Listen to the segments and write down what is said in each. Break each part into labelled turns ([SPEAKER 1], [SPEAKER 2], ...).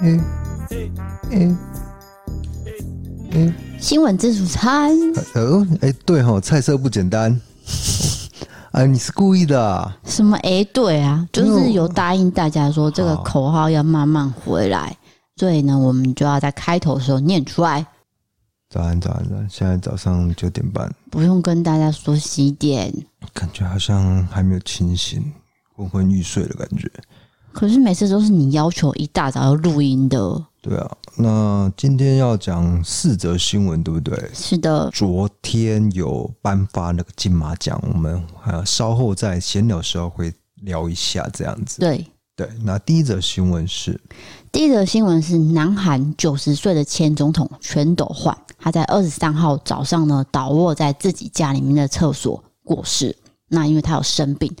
[SPEAKER 1] 嗯嗯嗯，
[SPEAKER 2] 新闻自助餐，
[SPEAKER 1] 呃哦，哎、对哈，菜色不简单。啊，你是故意的啊、
[SPEAKER 2] 什么？哎、对啊，就是有答应大家说这个
[SPEAKER 1] 好
[SPEAKER 2] 口号要慢慢回来，所以呢，我们就要在开头的时候念出来，
[SPEAKER 1] 早安，早安，早安！现在早上九点半，
[SPEAKER 2] 不用跟大家说几点。
[SPEAKER 1] 感觉好像还没有清醒，昏昏欲睡的感觉。
[SPEAKER 2] 可是每次都是你要求一大早要录音的，
[SPEAKER 1] 对啊，那今天要讲四则新闻，对不对？
[SPEAKER 2] 是的，
[SPEAKER 1] 昨天有颁发那个金马奖，我们呃稍后在闲聊的时候会聊一下这样子。
[SPEAKER 2] 对。
[SPEAKER 1] 对，那第一则新闻是，
[SPEAKER 2] 第一则新闻是南韩九十岁的前总统全斗焕，他在二十三号早上呢倒卧在自己家里面的厕所过世。那因为他有生病，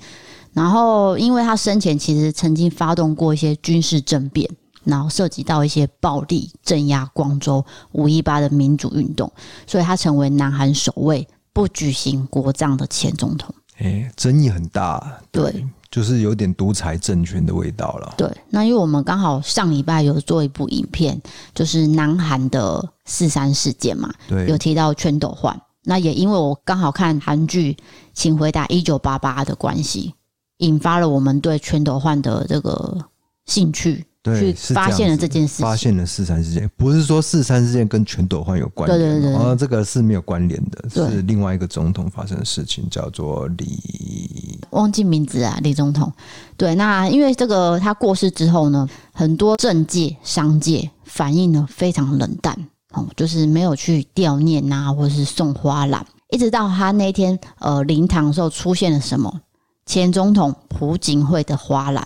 [SPEAKER 2] 然后因为他生前其实曾经发动过一些军事政变，然后涉及到一些暴力镇压光州五一八的民主运动，所以他成为南韩首位不举行国葬的前总统。
[SPEAKER 1] 诶，哎争议很大，
[SPEAKER 2] 对
[SPEAKER 1] 就是有点独裁政权的味道了。
[SPEAKER 2] 对，那因为我们刚好上礼拜有做一部影片，就是南韩的四三事件嘛，
[SPEAKER 1] 对，
[SPEAKER 2] 有提到全斗焕。那也因为我刚好看韩剧《请回答一九八八》的关系，引发了我们对全斗焕的这个兴趣，去
[SPEAKER 1] 对，是
[SPEAKER 2] 发
[SPEAKER 1] 样
[SPEAKER 2] 现了
[SPEAKER 1] 子
[SPEAKER 2] 这件事
[SPEAKER 1] 发
[SPEAKER 2] 情。
[SPEAKER 1] 现了四三事件，不是说四三事件跟全斗焕有关联哦，
[SPEAKER 2] 对对对对
[SPEAKER 1] 啊这个是没有关联的，
[SPEAKER 2] 对
[SPEAKER 1] 是另外一个总统发生的事情，叫做李
[SPEAKER 2] 忘记名字啊，李总统。对，那因为这个他过世之后呢，很多政界、商界反应呢非常冷淡哦，就是没有去悼念啊，或是送花篮。哦一直到他那天呃灵堂的时候出现了什么前总统朴槿惠的花篮。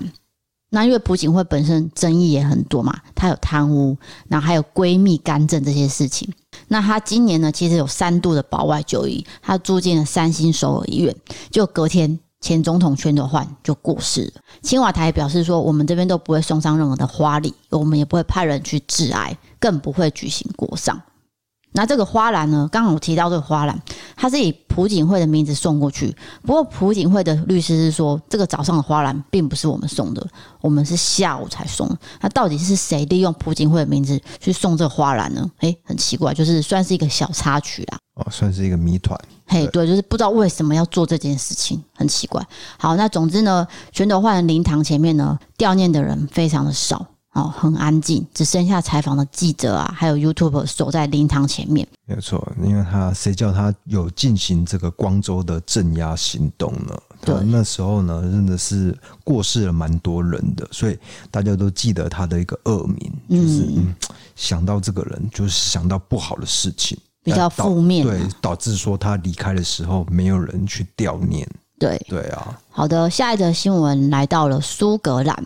[SPEAKER 2] 那因为朴槿惠本身争议也很多嘛，她有贪污，然后还有闺蜜干政这些事情。那她今年呢，其实有三度的保外就医，她住进了三星首尔医院。就隔天前总统全斗焕就过世了。青瓦台表示说，我们这边都不会送上任何的花礼，我们也不会派人去致哀，更不会举行国丧。那这个花篮呢？刚刚我提到这个花篮，它是以朴槿惠的名字送过去。不过朴槿惠的律师是说，这个早上的花篮并不是我们送的，我们是下午才送。那到底是谁利用朴槿惠的名字去送这个花篮呢？诶，很奇怪，就是算是一个小插曲啊啦。
[SPEAKER 1] 哦，算是一个谜团。
[SPEAKER 2] 嘿，对，就是不知道为什么要做这件事情，很奇怪。好，那总之呢，全斗焕的灵堂前面呢，悼念的人非常的少哦，很安静，只剩下采访的记者啊，还有 YouTube 守在灵堂前面。
[SPEAKER 1] 没有错，因为他谁叫他有进行这个光州的镇压行动呢？他
[SPEAKER 2] 对
[SPEAKER 1] 那时候呢，真的是过世了蛮多人的，所以大家都记得他的一个恶名，就是、嗯想到这个人，就是想到不好的事情，
[SPEAKER 2] 比较
[SPEAKER 1] 呃导
[SPEAKER 2] 负面啊
[SPEAKER 1] 对，导致说他离开的时候没有人去悼念，
[SPEAKER 2] 对，
[SPEAKER 1] 对啊，
[SPEAKER 2] 好的，下一则新闻来到了苏格兰。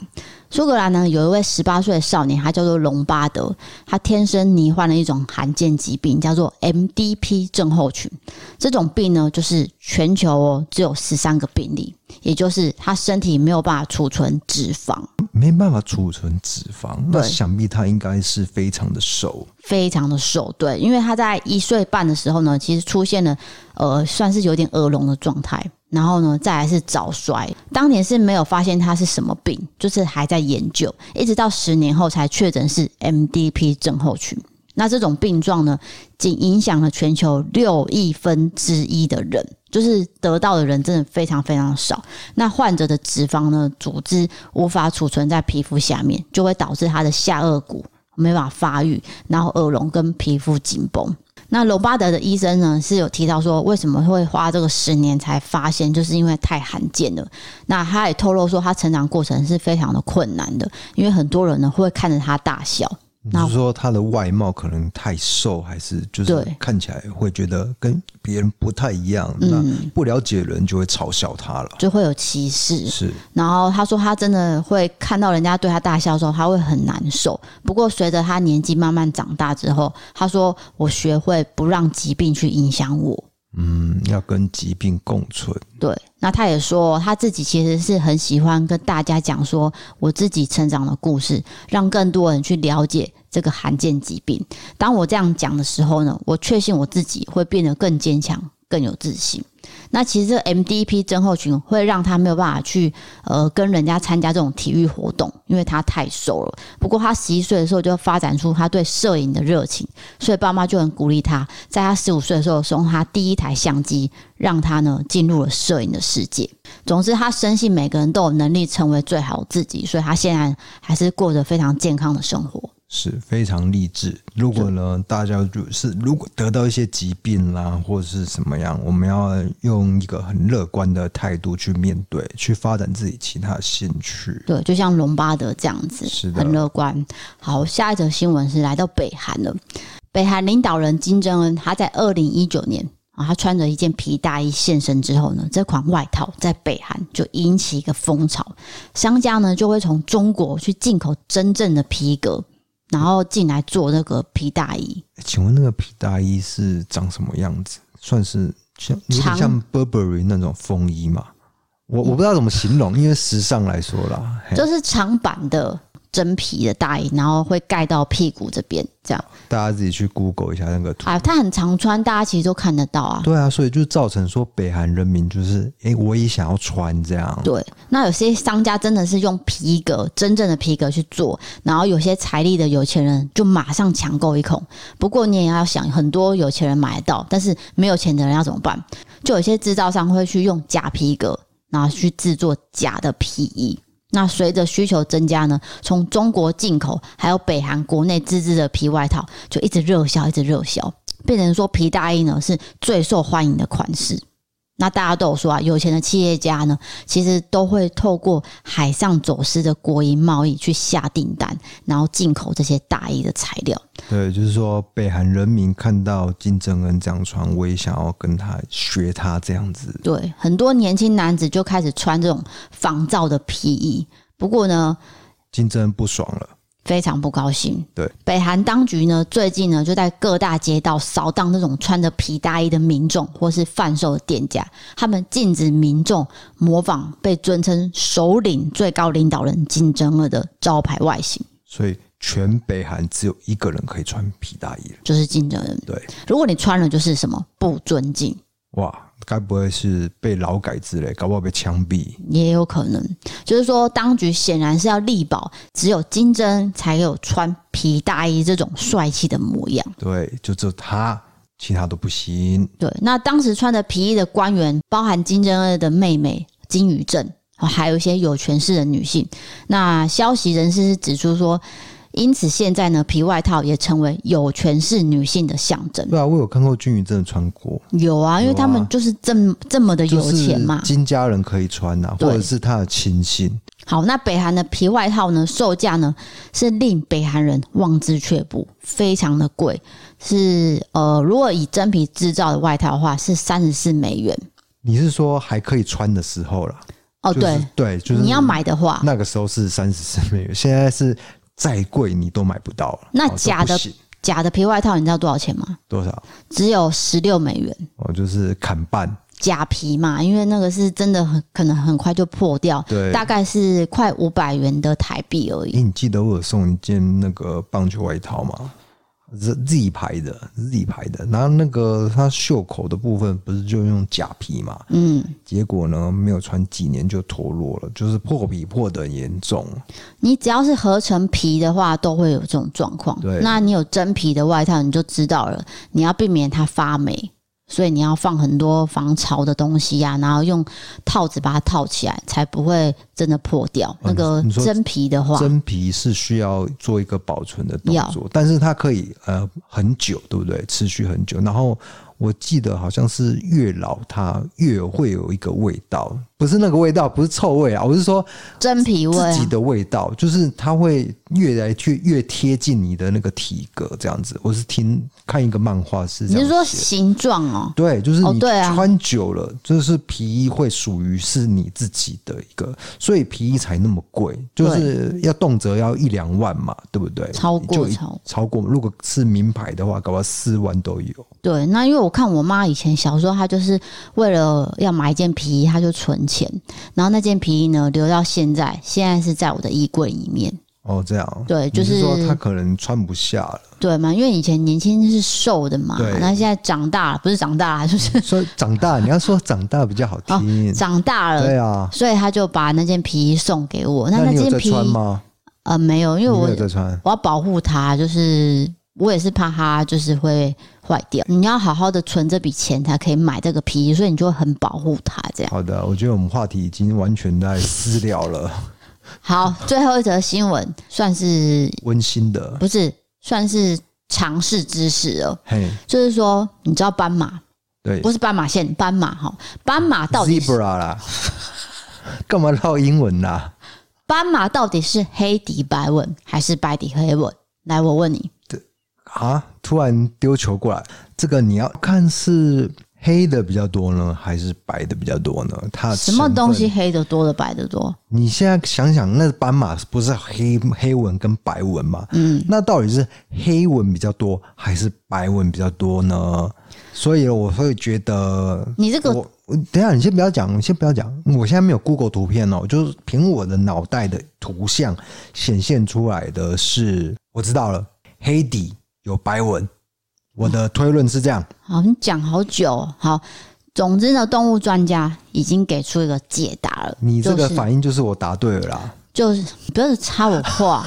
[SPEAKER 2] 苏格兰呢，有一位十八岁的少年，他叫做隆巴德，他天生罹患了一种罕见疾病，叫做 MDP 症候群。这种病呢，就是全球哦只有十三个病例，也就是他身体没有办法储存脂肪，
[SPEAKER 1] 没办法储存脂肪，那
[SPEAKER 2] 对
[SPEAKER 1] 想必他应该是非常的瘦，
[SPEAKER 2] 非常的瘦，对，因为他在一岁半的时候呢，其实出现了呃，算是有点耳聋的状态，然后呢，再来是早衰，当年是没有发现他是什么病，就是还在研究，一直到十年后才确诊是 MDP 症候群。那这种病状呢，仅影响了全球六亿分之一的人，就是得到的人真的非常非常少。那患者的脂肪呢，组织无法储存在皮肤下面，就会导致他的下颚骨没办法发育，然后耳聋跟皮肤紧绷。那罗巴德的医生呢是有提到说，为什么会花这个十年才发现，就是因为太罕见了。那他也透露说，他成长过程是非常的困难的，因为很多人呢会看着他大笑，
[SPEAKER 1] 你
[SPEAKER 2] 那
[SPEAKER 1] 是说他的外貌可能太瘦，还是就是
[SPEAKER 2] 对嗯
[SPEAKER 1] 看起来会觉得跟别人不太一样？那不了解的人就会嘲笑他了。
[SPEAKER 2] 就会有歧视。
[SPEAKER 1] 是
[SPEAKER 2] 然后他说，他真的会看到人家对他大笑的时候，他会很难受。不过随着他年纪慢慢长大之后，他说：“我学会不让疾病去影响我。”
[SPEAKER 1] 嗯，要跟疾病共存。
[SPEAKER 2] 对，那他也说他自己其实是很喜欢跟大家讲说我自己成长的故事，让更多人去了解这个罕见疾病。当我这样讲的时候呢，我确信我自己会变得更坚强、更有自信。那其实这个 MDP 症候群会让他没有办法去呃跟人家参加这种体育活动，因为他太瘦了。不过他十一岁的时候就发展出他对摄影的热情，所以爸妈就很鼓励他，在他十五岁的时候送他第一台相机，让他呢进入了摄影的世界。总之，他深信每个人都有能力成为最好自己，所以他现在还是过着非常健康的生活。
[SPEAKER 1] 是非常励志。如果呢，大家就是如果得到一些疾病啦、或者是什么样，我们要用一个很乐观的态度去面对，去发展自己其他的兴趣。
[SPEAKER 2] 对，就像隆巴德这样子，
[SPEAKER 1] 是的
[SPEAKER 2] 很乐观。好，下一则新闻是来到北韩了。北韩领导人金正恩，他在二零一九年啊，他穿着一件皮大衣现身之后呢，这款外套在北韩就引起一个风潮，商家呢就会从中国去进口真正的皮革，然后进来做那个皮大衣。
[SPEAKER 1] 欸请问那个皮大衣是长什么样子？算是像有点
[SPEAKER 2] 长
[SPEAKER 1] 像 Burberry 那种风衣嘛？我我不知道怎么形容，因为时尚来说啦，嘿
[SPEAKER 2] 就是长版的真皮的大衣，然后会盖到屁股这边，这样
[SPEAKER 1] 大家自己去 Google 一下那个图。
[SPEAKER 2] 啊，它很常穿，大家其实都看得到啊。
[SPEAKER 1] 对啊，所以就造成说北韩人民就是，哎、我也想要穿这样。
[SPEAKER 2] 对，那有些商家真的是用皮革，真正的皮革去做，然后有些财力的有钱人就马上抢购一空。不过你也要想，很多有钱人买得到，但是没有钱的人要怎么办？就有些制造商会去用假皮革，然后去制作假的皮衣。那随着需求增加呢，从中国进口还有北韩国内自制的皮外套就一直热销，一直热销，变成说皮大衣呢是最受欢迎的款式。那大家都有说啊，有钱的企业家呢，其实都会透过海上走私的国营贸易去下订单，然后进口这些大衣的材料。
[SPEAKER 1] 对，就是说北韩人民看到金正恩这样穿，我也想要跟他学他这样子。
[SPEAKER 2] 对，很多年轻男子就开始穿这种仿造的皮衣。不过呢，
[SPEAKER 1] 金正恩不爽了，
[SPEAKER 2] 非常不高兴。
[SPEAKER 1] 对，
[SPEAKER 2] 北韩当局呢，最近呢就在各大街道扫荡那种穿着皮大衣的民众或是贩售的店家，他们禁止民众模仿被尊称首领、最高领导人金正恩的招牌外形，
[SPEAKER 1] 所以全北韩只有一个人可以穿皮大衣了。
[SPEAKER 2] 就是金正恩。
[SPEAKER 1] 对，
[SPEAKER 2] 如果你穿了，就是什么不尊敬。
[SPEAKER 1] 哇，该不会是被劳改之类，搞不好被枪毙？
[SPEAKER 2] 也有可能，就是说，当局显然是要力保只有金正恩才有穿皮大衣这种帅气的模样。
[SPEAKER 1] 对，就只有他，其他都不行。
[SPEAKER 2] 对，那当时穿着皮衣的官员，包含金正恩的妹妹金宇镇，哦还有一些有权势的女性。那消息人士是指出说，因此现在呢，皮外套也成为有权势女性的象征。
[SPEAKER 1] 对啊，我有看过俊宇真的穿过，
[SPEAKER 2] 有啊，因为他们就是这么这么的
[SPEAKER 1] 就
[SPEAKER 2] 有
[SPEAKER 1] 是
[SPEAKER 2] 钱嘛，
[SPEAKER 1] 金家人可以穿呐、
[SPEAKER 2] 对
[SPEAKER 1] 或者是他的亲信。
[SPEAKER 2] 好，那北韩的皮外套呢，售价呢是令北韩人望之却步，非常的贵，是呃，如果以真皮制造的外套的话，是三十四美元。
[SPEAKER 1] 你是说还可以穿的时候啦？
[SPEAKER 2] 哦，
[SPEAKER 1] 就是
[SPEAKER 2] 对，
[SPEAKER 1] 对，就是
[SPEAKER 2] 你要买的话，
[SPEAKER 1] 那个时候是三十四美元，现在是再贵你都买不到了。
[SPEAKER 2] 那
[SPEAKER 1] 哦都
[SPEAKER 2] 假的
[SPEAKER 1] 不行
[SPEAKER 2] 假的皮外套你知道多少钱吗？
[SPEAKER 1] 多少？
[SPEAKER 2] 只有十六美元。
[SPEAKER 1] 哦，就是砍半。
[SPEAKER 2] 假皮嘛，因为那个是真的很可能很快就破掉，
[SPEAKER 1] 对，
[SPEAKER 2] 大概是快五百元的台币而已。
[SPEAKER 1] 诶，你记得我有送一件那个棒球外套吗？Z Z 牌的 Z 牌的，然后那个它袖口的部分不是就用假皮嘛？
[SPEAKER 2] 嗯，
[SPEAKER 1] 结果呢，没有穿几年就脱落了，就是破皮破的严重。
[SPEAKER 2] 你只要是合成皮的话，都会有这种状况。
[SPEAKER 1] 对
[SPEAKER 2] 那你有真皮的外套，你就知道了，你要避免它发霉，所以你要放很多防潮的东西呀、啊然后用套子把它套起来，才不会真的破掉。那个
[SPEAKER 1] 哦你说
[SPEAKER 2] 真皮的话，
[SPEAKER 1] 真皮是需要做一个保存的动作，但是它可以呃很久，对不对？持续很久。然后我记得好像是越老它越会有一个味道，不是那个味道，不是臭味啊，我是说
[SPEAKER 2] 真皮味、
[SPEAKER 1] 自己
[SPEAKER 2] 啊。
[SPEAKER 1] 的味道，就是它会越来越越贴近你的那个体格这样子。我是听看一个漫画是这
[SPEAKER 2] 你
[SPEAKER 1] 样
[SPEAKER 2] 是
[SPEAKER 1] 写
[SPEAKER 2] 说
[SPEAKER 1] 的，
[SPEAKER 2] 形状哦？
[SPEAKER 1] 对，就是
[SPEAKER 2] 哦
[SPEAKER 1] 你
[SPEAKER 2] 对啊
[SPEAKER 1] 穿久了，就是皮衣会属于是你自己的一个，所以皮衣才那么贵，就是要动辄要一两万嘛，对不对？
[SPEAKER 2] 超过
[SPEAKER 1] 就一
[SPEAKER 2] 超过
[SPEAKER 1] 超过，如果是名牌的话，搞不好四万都有。
[SPEAKER 2] 对，那因为我看我妈以前小时候，她就是为了要买一件皮衣，她就存钱，然后那件皮衣呢留到现在，现在是在我的衣柜里面。
[SPEAKER 1] 哦，这样
[SPEAKER 2] 对，就
[SPEAKER 1] 你
[SPEAKER 2] 是
[SPEAKER 1] 是说他可能穿不下了，
[SPEAKER 2] 对嘛，因为以前年轻是瘦的嘛
[SPEAKER 1] 对，
[SPEAKER 2] 那现在长大了，不是长大了，就是
[SPEAKER 1] 所以长大你要说长大比较好听，
[SPEAKER 2] 哦长大了，
[SPEAKER 1] 嗯对啊。
[SPEAKER 2] 所以他就把那件皮衣送给我。那
[SPEAKER 1] 你有
[SPEAKER 2] 件
[SPEAKER 1] 在
[SPEAKER 2] 皮
[SPEAKER 1] 穿
[SPEAKER 2] 衣
[SPEAKER 1] 吗？
[SPEAKER 2] 呃没有，因
[SPEAKER 1] 你
[SPEAKER 2] 为我
[SPEAKER 1] 没有在穿，
[SPEAKER 2] 我要保护它，就是我也是怕它就是会坏掉。你要好好的存这笔钱才可以买这个皮衣，所以你就很保护它。这样
[SPEAKER 1] 好的，我觉得我们话题已经完全在私聊了，
[SPEAKER 2] 好，最后一则新闻算是
[SPEAKER 1] 温馨的，
[SPEAKER 2] 不是算是尝试知识哦，
[SPEAKER 1] 嘿，
[SPEAKER 2] 就是说你知道斑马
[SPEAKER 1] 对
[SPEAKER 2] 不是斑马线，斑马哈，斑马到底是
[SPEAKER 1] ，zebra 啦， 干嘛绕英文啊啦？
[SPEAKER 2] 斑马到底是黑底白纹还是白底黑纹？来，我问你，
[SPEAKER 1] 啊，突然丢球过来，这个你要看是黑的比较多呢，还是白的比较多呢？它的
[SPEAKER 2] 什么
[SPEAKER 1] 成分
[SPEAKER 2] 东西？黑的多的白的多？
[SPEAKER 1] 你现在想想，那斑马不是黑黑纹跟白纹吗？
[SPEAKER 2] 嗯，
[SPEAKER 1] 那到底是黑纹比较多，还是白纹比较多呢？所以我会觉得
[SPEAKER 2] 你这个
[SPEAKER 1] 我我等一下，你先不要讲，你先不要讲，我现在没有 Google 图片哦，就是凭我的脑袋的图像显现出来的是，我知道了，黑底有白纹，我的推论是这样，
[SPEAKER 2] 好，你讲好久哦，好。总之呢，动物专家已经给出一个解答了。
[SPEAKER 1] 你这个
[SPEAKER 2] 就是
[SPEAKER 1] 反应就是我答对了啦，
[SPEAKER 2] 就是不要插我 话，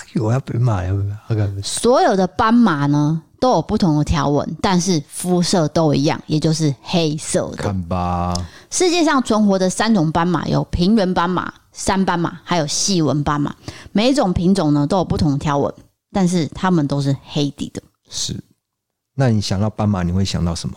[SPEAKER 1] 哎呦，我要被骂，要被骂，OK，
[SPEAKER 2] 所有的斑马呢都有不同的条纹，但是肤色都一样，也就是黑色的。
[SPEAKER 1] 看吧，
[SPEAKER 2] 世界上存活的三种斑马有平原斑马、山斑马，还有细纹斑马。每一种品种呢都有不同的条纹，但是它们都是黑底的。
[SPEAKER 1] 是，那你想到斑马，你会想到什么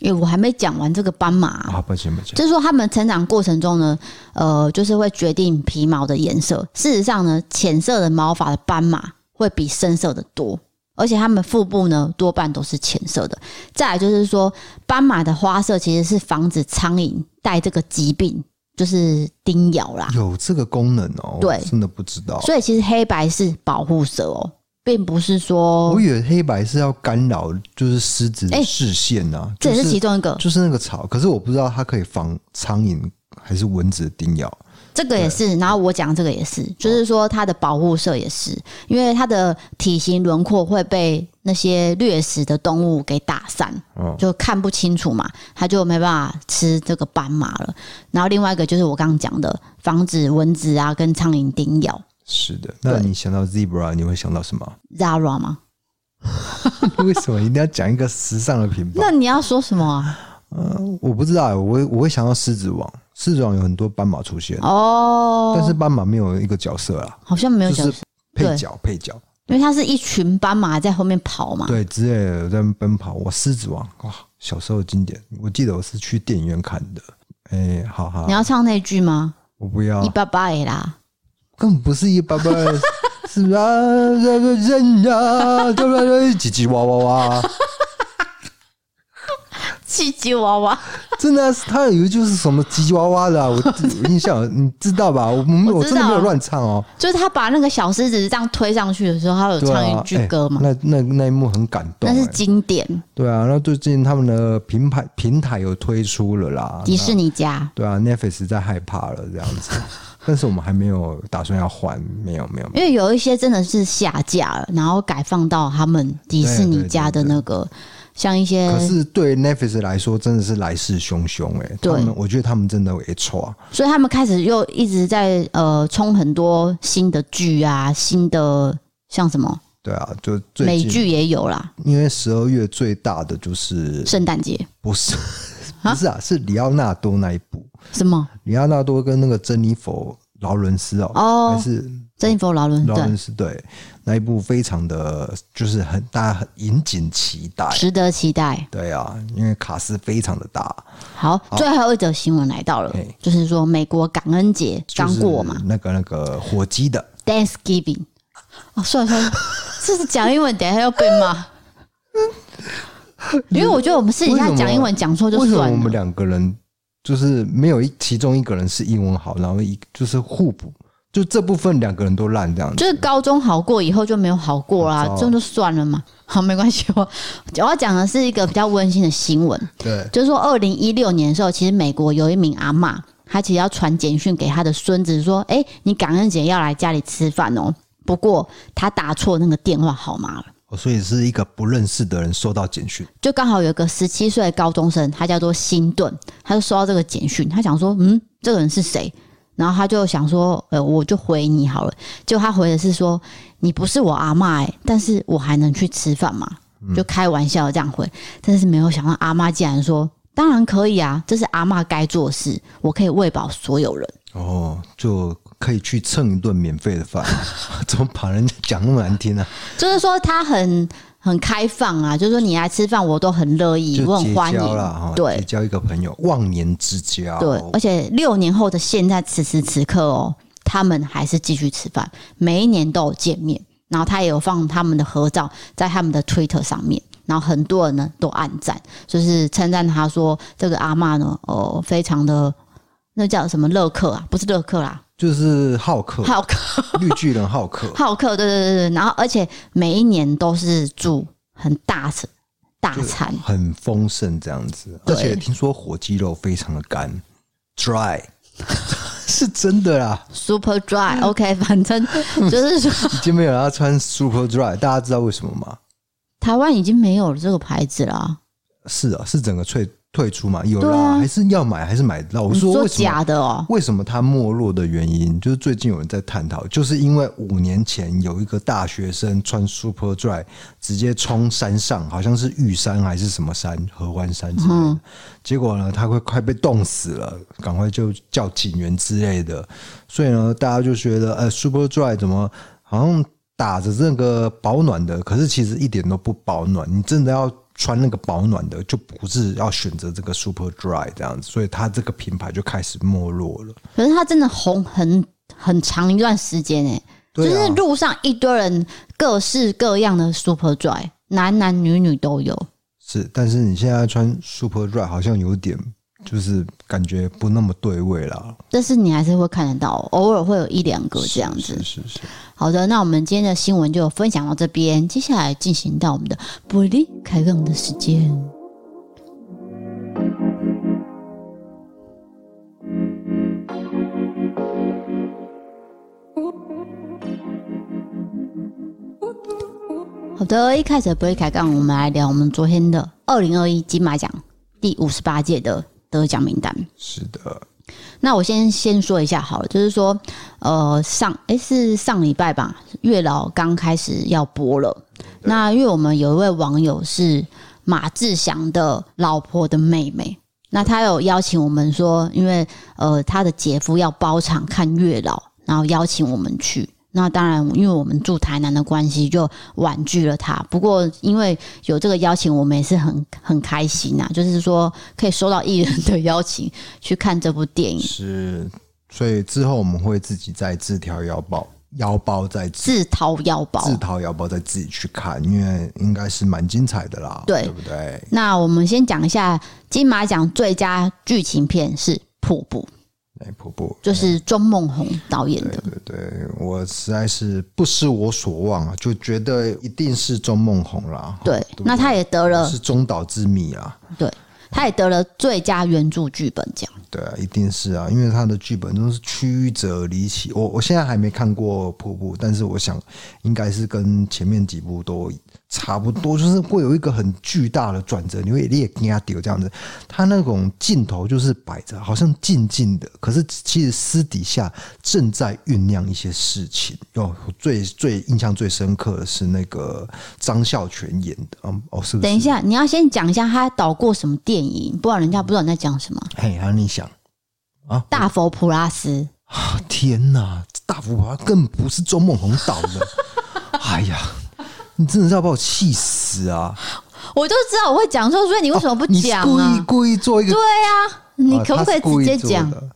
[SPEAKER 2] 因为我还没讲完这个斑马 啊、
[SPEAKER 1] 啊？抱歉，抱歉，
[SPEAKER 2] 就是说他们成长过程中呢，呃，就是会决定皮毛的颜色。事实上呢，浅色的毛发的斑马会比深色的多，而且它们腹部呢多半都是浅色的。再来就是说，斑马的花色其实是防止苍蝇带这个疾病，就是叮咬啦。
[SPEAKER 1] 有这个功能哦，
[SPEAKER 2] 对
[SPEAKER 1] 真的不知道，
[SPEAKER 2] 所以其实黑白是保护色哦，并不是说
[SPEAKER 1] 我以为黑白是要干扰就是狮子的
[SPEAKER 2] 哎
[SPEAKER 1] 视线呐、
[SPEAKER 2] 这也
[SPEAKER 1] 就是
[SPEAKER 2] 其中一个，
[SPEAKER 1] 就是那个草，可是我不知道它可以防苍蝇还是蚊子的叮咬。
[SPEAKER 2] 这个也是，然后我讲这个也
[SPEAKER 1] 哦
[SPEAKER 2] 是，就是说它的保护色也是，因为它的体型轮廓会被那些掠食的动物给打散，
[SPEAKER 1] 哦，
[SPEAKER 2] 就看不清楚嘛，它就没办法吃这个斑马了。然后另外一个就是我刚刚讲的，防止蚊子啊跟苍蝇叮咬
[SPEAKER 1] 是的。那你想到 zebra，你会想到什么？
[SPEAKER 2] ，Zara 吗？
[SPEAKER 1] 哦为什么一定要讲一个时尚的品牌
[SPEAKER 2] 那？你要说什么啊？
[SPEAKER 1] 嗯，我不知道，我会我会想到狮子王。狮子王有很多斑马出现，
[SPEAKER 2] 哦，
[SPEAKER 1] 但是斑马没有一个角色啦，
[SPEAKER 2] 好像没有
[SPEAKER 1] 就
[SPEAKER 2] 讲，
[SPEAKER 1] 是配
[SPEAKER 2] 对
[SPEAKER 1] 角配角
[SPEAKER 2] 因为它是一群斑马在后面跑嘛。
[SPEAKER 1] 对之类的在那边奔跑。我狮子王哇，小时候的经典，我记得我是去电影院看的。哎、好好
[SPEAKER 2] 你，要唱那句吗？
[SPEAKER 1] 我不要
[SPEAKER 2] 一，八八也啦，
[SPEAKER 1] 根本不是一般 般，是啊，这个人啊呀，对不对？叽叽哇哇哇，
[SPEAKER 2] 气吉娃娃。
[SPEAKER 1] 真的啊，他以为就是什么叽叽哇 哇的啊、我我印象你知道吧？我没有
[SPEAKER 2] 我
[SPEAKER 1] 我
[SPEAKER 2] 知
[SPEAKER 1] 真
[SPEAKER 2] 道
[SPEAKER 1] 的没有乱唱哦，
[SPEAKER 2] 就是他把那个小狮子这样推上去的时候，他有
[SPEAKER 1] 对
[SPEAKER 2] 唱
[SPEAKER 1] 啊，
[SPEAKER 2] 一句歌嘛，
[SPEAKER 1] 哎那那那一幕很感动、
[SPEAKER 2] 那是
[SPEAKER 1] 哎
[SPEAKER 2] 经典。
[SPEAKER 1] 对啊。然后最近他们的平台平台有推出了啦，
[SPEAKER 2] 迪士尼家
[SPEAKER 1] 那对啊，Netflix 在害怕了这样 子，但是我们还没有打算要换，没有没有，
[SPEAKER 2] 因为有一些真的是下架了，然后改放到他们迪士尼家的那个，像一些
[SPEAKER 1] 可，是对 Netflix 来说，真的是来势汹汹哎、
[SPEAKER 2] 对
[SPEAKER 1] 他们我觉得他们真的会错，
[SPEAKER 2] 所以他们开始又一直在呃冲很多新的剧啊，新的像什么
[SPEAKER 1] 对啊，就最
[SPEAKER 2] 美
[SPEAKER 1] 近
[SPEAKER 2] 剧也有啦，
[SPEAKER 1] 因为十二月最大的就是
[SPEAKER 2] 圣诞节
[SPEAKER 1] 不是 不是啊，是里奥纳多那一部，
[SPEAKER 2] 什么
[SPEAKER 1] 里奥纳多跟那个珍妮佛劳伦斯哦，
[SPEAKER 2] 哦
[SPEAKER 1] 还是
[SPEAKER 2] 珍妮佛劳伦
[SPEAKER 1] 劳伦
[SPEAKER 2] 对，
[SPEAKER 1] 斯对那一部非常的，就是很大家很引颈期待。
[SPEAKER 2] 值得期待。
[SPEAKER 1] 对啊，因为卡斯非常的大，
[SPEAKER 2] 好，最后一则新闻来到了
[SPEAKER 1] 嘿，
[SPEAKER 2] 就是说美国感恩节刚过嘛
[SPEAKER 1] 就，是那个那个火鸡的
[SPEAKER 2] Thanksgiving。哦，算了算了， 这是讲英文，等一下要被骂。因为我觉得我们私底下讲英文讲错就
[SPEAKER 1] 为什么
[SPEAKER 2] 算
[SPEAKER 1] 我们
[SPEAKER 2] 了，
[SPEAKER 1] 两个人就是没有一其中一个人是英文好，然后一就是互补，就这部分两个人都烂这样子
[SPEAKER 2] 就。是高中好过以后就没有好过啦
[SPEAKER 1] 糟，
[SPEAKER 2] 这就算了嘛。好，没关系，我我要讲的是一个比较温馨的新闻，
[SPEAKER 1] 对，
[SPEAKER 2] 就是说二零一六年的时候，其实美国有一名阿嬷，她其实要传简讯给她的孙子说：“哎、你感恩节要来家里吃饭哦。”不过他打错那个电话号码了。
[SPEAKER 1] 哦所以是一个不认识的人收到简讯，
[SPEAKER 2] 就刚好有个十七岁的高中生，他叫做辛顿，他就收到这个简讯，他想说，嗯，这个人是谁？然后他就想说，呃，我就回你好了。结果他回的是说，你不是我阿妈、欸，但是我还能去吃饭吗？
[SPEAKER 1] 嗯
[SPEAKER 2] 就开玩笑啊这样回，但是没有想到阿妈竟然说，当然可以啊，这是阿妈该做的事，我可以喂饱所有人。
[SPEAKER 1] 哦，就可以去蹭一顿免费的饭， 怎么把人家讲那么难听啊？
[SPEAKER 2] 就是说他很很开放啊，就是说你来吃饭我都很乐意，我
[SPEAKER 1] 就
[SPEAKER 2] 很
[SPEAKER 1] 结
[SPEAKER 2] 欢
[SPEAKER 1] 交啦，
[SPEAKER 2] 迎
[SPEAKER 1] 哈，，
[SPEAKER 2] 对
[SPEAKER 1] 结交一个朋友，忘年之交，
[SPEAKER 2] 对，而且六年后的现在此时此刻哦，他们还是继续吃饭，每一年都有见面，然后他也有放他们的合照在他们的 Twitter 上面。然后很多人呢都暗赞，就是称赞他说这个阿嬷呢，哦，非常的那叫什么乐客啊，不是乐客啦，
[SPEAKER 1] 就是好客，
[SPEAKER 2] 好客
[SPEAKER 1] 绿巨人好客，
[SPEAKER 2] 好客，对对对对。然后而且每一年都是煮很大餐大餐，
[SPEAKER 1] 很丰盛这样子，而
[SPEAKER 2] 对
[SPEAKER 1] 且听说火鸡肉非常的干，dry，是真的啦，
[SPEAKER 2] Super Dry OK，反正就是 说
[SPEAKER 1] 已经没有人要穿 super dry，大家知道为什么吗？
[SPEAKER 2] 台湾已经没有了这个牌子啦、
[SPEAKER 1] 是啊，是整个退退出嘛，有
[SPEAKER 2] 对
[SPEAKER 1] 啦，
[SPEAKER 2] 啊
[SPEAKER 1] 还是要买，还是买得到。我
[SPEAKER 2] 你
[SPEAKER 1] 说
[SPEAKER 2] 说
[SPEAKER 1] 为什么？
[SPEAKER 2] 假的哦，
[SPEAKER 1] 为什么它没落的原因，就是最近有人在探讨，就是因为五年前有一个大学生穿 Super Dry 直接冲山上，好像是玉山还是什么山，合欢山之类的，结果呢，他会快被冻死了，赶快就叫警员之类的，所以呢，大家就觉得，呃，Super Dry 怎么好像打着这个保暖的，可是其实一点都不保暖，你真的要。穿那个保暖的，就不是要选择这个 Super Dry 这样子，所以它这个品牌就开始没落了。
[SPEAKER 2] 可是它真的红很很长一段时间诶、就
[SPEAKER 1] 对啊
[SPEAKER 2] 是路上一堆人各式各样的 Super Dry，男男女女都有。
[SPEAKER 1] 是，但是你现在穿 Super Dry 好像有点，就是感觉不那么对味啦。
[SPEAKER 2] 但是你还是会看得到，偶尔会有一两个这样子。
[SPEAKER 1] 是是是，
[SPEAKER 2] 好的，那我们今天的新闻就分享到这边，接下来进行到我们的玻璃开杠的时间。好的，一开始的玻璃开杠，我们来聊我们昨天的二零二一金马奖第五十八届的得奖名单。
[SPEAKER 1] 是的，
[SPEAKER 2] 那我先先说一下好了，就是说，呃，上诶、是上礼拜吧，月老刚开始要播了。那因为我们有一位网友是马志祥的老婆的妹妹，那她有邀请我们说，因为呃她的姐夫要包场看月老，然后邀请我们去。那当然，因为我们住台南的关系，就婉拒了他。不过，因为有这个邀请，我们也是很很开心呐、就是说可以收到艺人的邀请，去看这部电影，
[SPEAKER 1] 是。所以之后我们会自己再自挑腰包，腰包再自
[SPEAKER 2] 自掏腰包。
[SPEAKER 1] 自掏腰包再自己去看，因为应该是蛮精彩的啦，
[SPEAKER 2] 对
[SPEAKER 1] 不对？
[SPEAKER 2] 那我们先讲一下金马奖最佳剧情片是《瀑布
[SPEAKER 1] 哎，婆婆》，，
[SPEAKER 2] 就是钟梦宏导演的。
[SPEAKER 1] 对对，我实在是不失我所望啊，就觉得一定是钟梦红啦，
[SPEAKER 2] 对，呃
[SPEAKER 1] 不
[SPEAKER 2] 那他也得了
[SPEAKER 1] 是，中岛之谜啊啦。
[SPEAKER 2] 对，他也得了最佳原著剧本奖。
[SPEAKER 1] 对啊，一定是啊，因为他的剧本都是曲折离奇。我我现在还没看过《瀑布》，但是我想应该是跟前面几部都差 不多，就是会有一个很巨大的转折，你会列给他丢这样子。他那种镜头就是摆着，好像静静的，可是其实私底下正在酝酿一些事情。哦，我最最印象最深刻的是那个张孝全演的，嗯，哦，是不是？
[SPEAKER 2] 等一，下，你要先讲一下他导过什么电影，不然人家不知道你在讲什么。
[SPEAKER 1] 嘿，还有你想。
[SPEAKER 2] 《大佛普拉斯
[SPEAKER 1] 啊 天哪，这大幅把他更不是周梦红 导的。哎呀，你真的是要把我气死啊！》，
[SPEAKER 2] 我就知道我会讲错，所以你为什么不
[SPEAKER 1] 你是
[SPEAKER 2] 讲
[SPEAKER 1] 故意
[SPEAKER 2] 啊？
[SPEAKER 1] 故意做一个
[SPEAKER 2] 对，啊，你
[SPEAKER 1] 啊
[SPEAKER 2] 可不可以直接？讲
[SPEAKER 1] 他是故意做的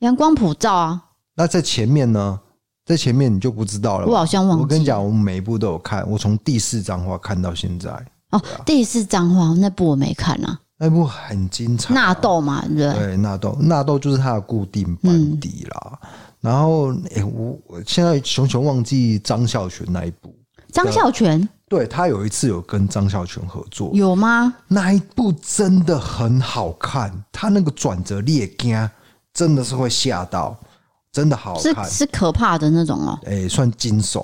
[SPEAKER 2] 阳光普照》啊？
[SPEAKER 1] 那在前面呢？在前面你就不知道了吧。
[SPEAKER 2] 我好像忘记
[SPEAKER 1] 我跟你讲，我每一部都有看，我从第四章话看到现在，
[SPEAKER 2] 哦，第一次脏话那部我没看啊，
[SPEAKER 1] 那部很精彩啊。
[SPEAKER 2] 纳豆嘛，对不对？嗯
[SPEAKER 1] 对，纳豆，纳豆就是它的固定班底啦。然后，哎、我我现在熊熊忘记张孝全那一部，
[SPEAKER 2] 张孝全
[SPEAKER 1] 对他有一次有跟张孝全合作，
[SPEAKER 2] 有吗？
[SPEAKER 1] 那一部真的很好看，它那个转折裂惊，真的是会吓到。真的好
[SPEAKER 2] 是
[SPEAKER 1] 看，
[SPEAKER 2] 是可怕的那种哦，
[SPEAKER 1] 哎、算惊悚。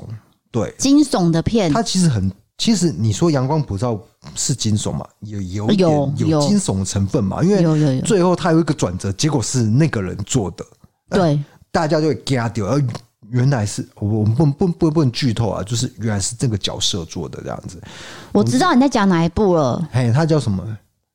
[SPEAKER 1] 对，
[SPEAKER 2] 惊悚的片
[SPEAKER 1] 它其实很，其实你说阳光普照是惊悚嘛，也有一点
[SPEAKER 2] 有有
[SPEAKER 1] 有惊悚的成分嘛，因为
[SPEAKER 2] 有有有，
[SPEAKER 1] 最后它有一个转折，结果是那个人做的，
[SPEAKER 2] 对，
[SPEAKER 1] 大家就会 get 掉，而原来是我们不不不不能剧透啊，就是原来是这个角色做的这样子。
[SPEAKER 2] 我知道你在讲哪一部了，
[SPEAKER 1] 嘿，他叫什么？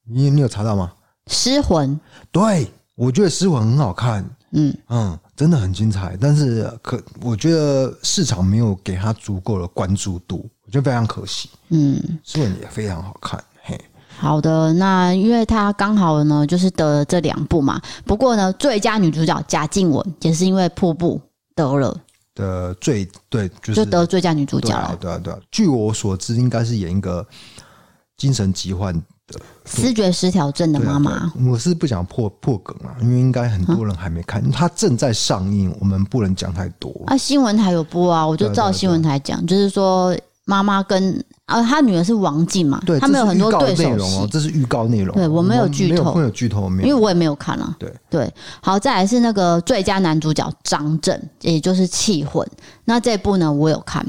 [SPEAKER 1] 你你有查到吗？
[SPEAKER 2] 《失魂》。
[SPEAKER 1] 对，我觉得《失魂》很好看，
[SPEAKER 2] 嗯，
[SPEAKER 1] 嗯，真的很精彩，但是可我觉得市场没有给他足够的关注度，我觉得非常可惜。
[SPEAKER 2] 嗯，
[SPEAKER 1] 《失魂》也非常好看，嘿，
[SPEAKER 2] 好的，那因为她刚好呢，就是得了这两部嘛。不过呢，最佳女主角贾静雯也是因为《瀑布》得了，
[SPEAKER 1] 的最对就是
[SPEAKER 2] 就得最佳女主角
[SPEAKER 1] 对
[SPEAKER 2] 了
[SPEAKER 1] 啊。对啊对啊，据我所知，应该是演一个精神疾患
[SPEAKER 2] 思觉失调症的
[SPEAKER 1] 对啊
[SPEAKER 2] 妈妈，
[SPEAKER 1] 对啊我是不想破破梗啊，因为应该很多人还没看，它正在上映，我们不能讲太多。
[SPEAKER 2] 啊，新闻台有播啊，我就
[SPEAKER 1] 对啊
[SPEAKER 2] 照
[SPEAKER 1] 对啊
[SPEAKER 2] 新闻台讲，就是说妈妈跟啊，她女儿是王静嘛
[SPEAKER 1] 对，，
[SPEAKER 2] 他们有
[SPEAKER 1] 这是
[SPEAKER 2] 很多
[SPEAKER 1] 预告
[SPEAKER 2] 对
[SPEAKER 1] 内
[SPEAKER 2] 手
[SPEAKER 1] 容哦，
[SPEAKER 2] 戏，
[SPEAKER 1] 这是预告内容。
[SPEAKER 2] 对我没有剧
[SPEAKER 1] 没有
[SPEAKER 2] 透
[SPEAKER 1] 没有剧透，没
[SPEAKER 2] 因为
[SPEAKER 1] 有。
[SPEAKER 2] 我也没有看啊。
[SPEAKER 1] 对
[SPEAKER 2] 对，好，再来是那个最佳男主角张震，也就是《气魂》。那这部呢，我有看，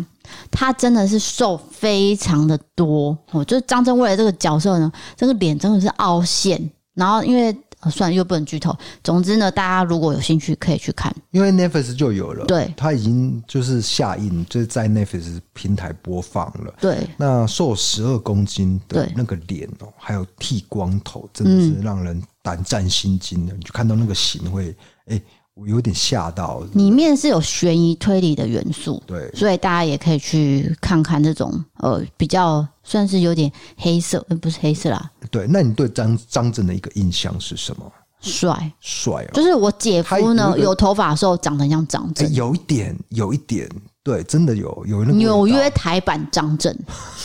[SPEAKER 2] 他真的是瘦非常的多。哦，就是张震为了这个角色呢，这个脸真的是凹陷。然后因为、呃算了，又不能剧透。总之呢，大家如果有兴趣可以去看。
[SPEAKER 1] 因为 Netflix 就有了，
[SPEAKER 2] 对
[SPEAKER 1] 它已经就是下映，就是在 Netflix 平台播放了。
[SPEAKER 2] 对，
[SPEAKER 1] 那瘦十二公斤的
[SPEAKER 2] 对嗯
[SPEAKER 1] 那个脸哦，还有剃光头，真的是让人胆战心惊的。你就看到那个型会，哎、我有点吓到。
[SPEAKER 2] 里面是有悬疑推理的元素，
[SPEAKER 1] 对，
[SPEAKER 2] 所以大家也可以去看看这种呃比较算是有点黑色，呃、不是黑色啦，
[SPEAKER 1] 对，那你对张张震的一个印象是什么？
[SPEAKER 2] 帅。
[SPEAKER 1] 帅哦，
[SPEAKER 2] 就是我姐夫
[SPEAKER 1] 他有
[SPEAKER 2] 呢，
[SPEAKER 1] 一个
[SPEAKER 2] 有头发的时候长得很像张
[SPEAKER 1] 哎、
[SPEAKER 2] 震，
[SPEAKER 1] 有一点，有一点，对，真的有有那个味道
[SPEAKER 2] 纽约台版张震。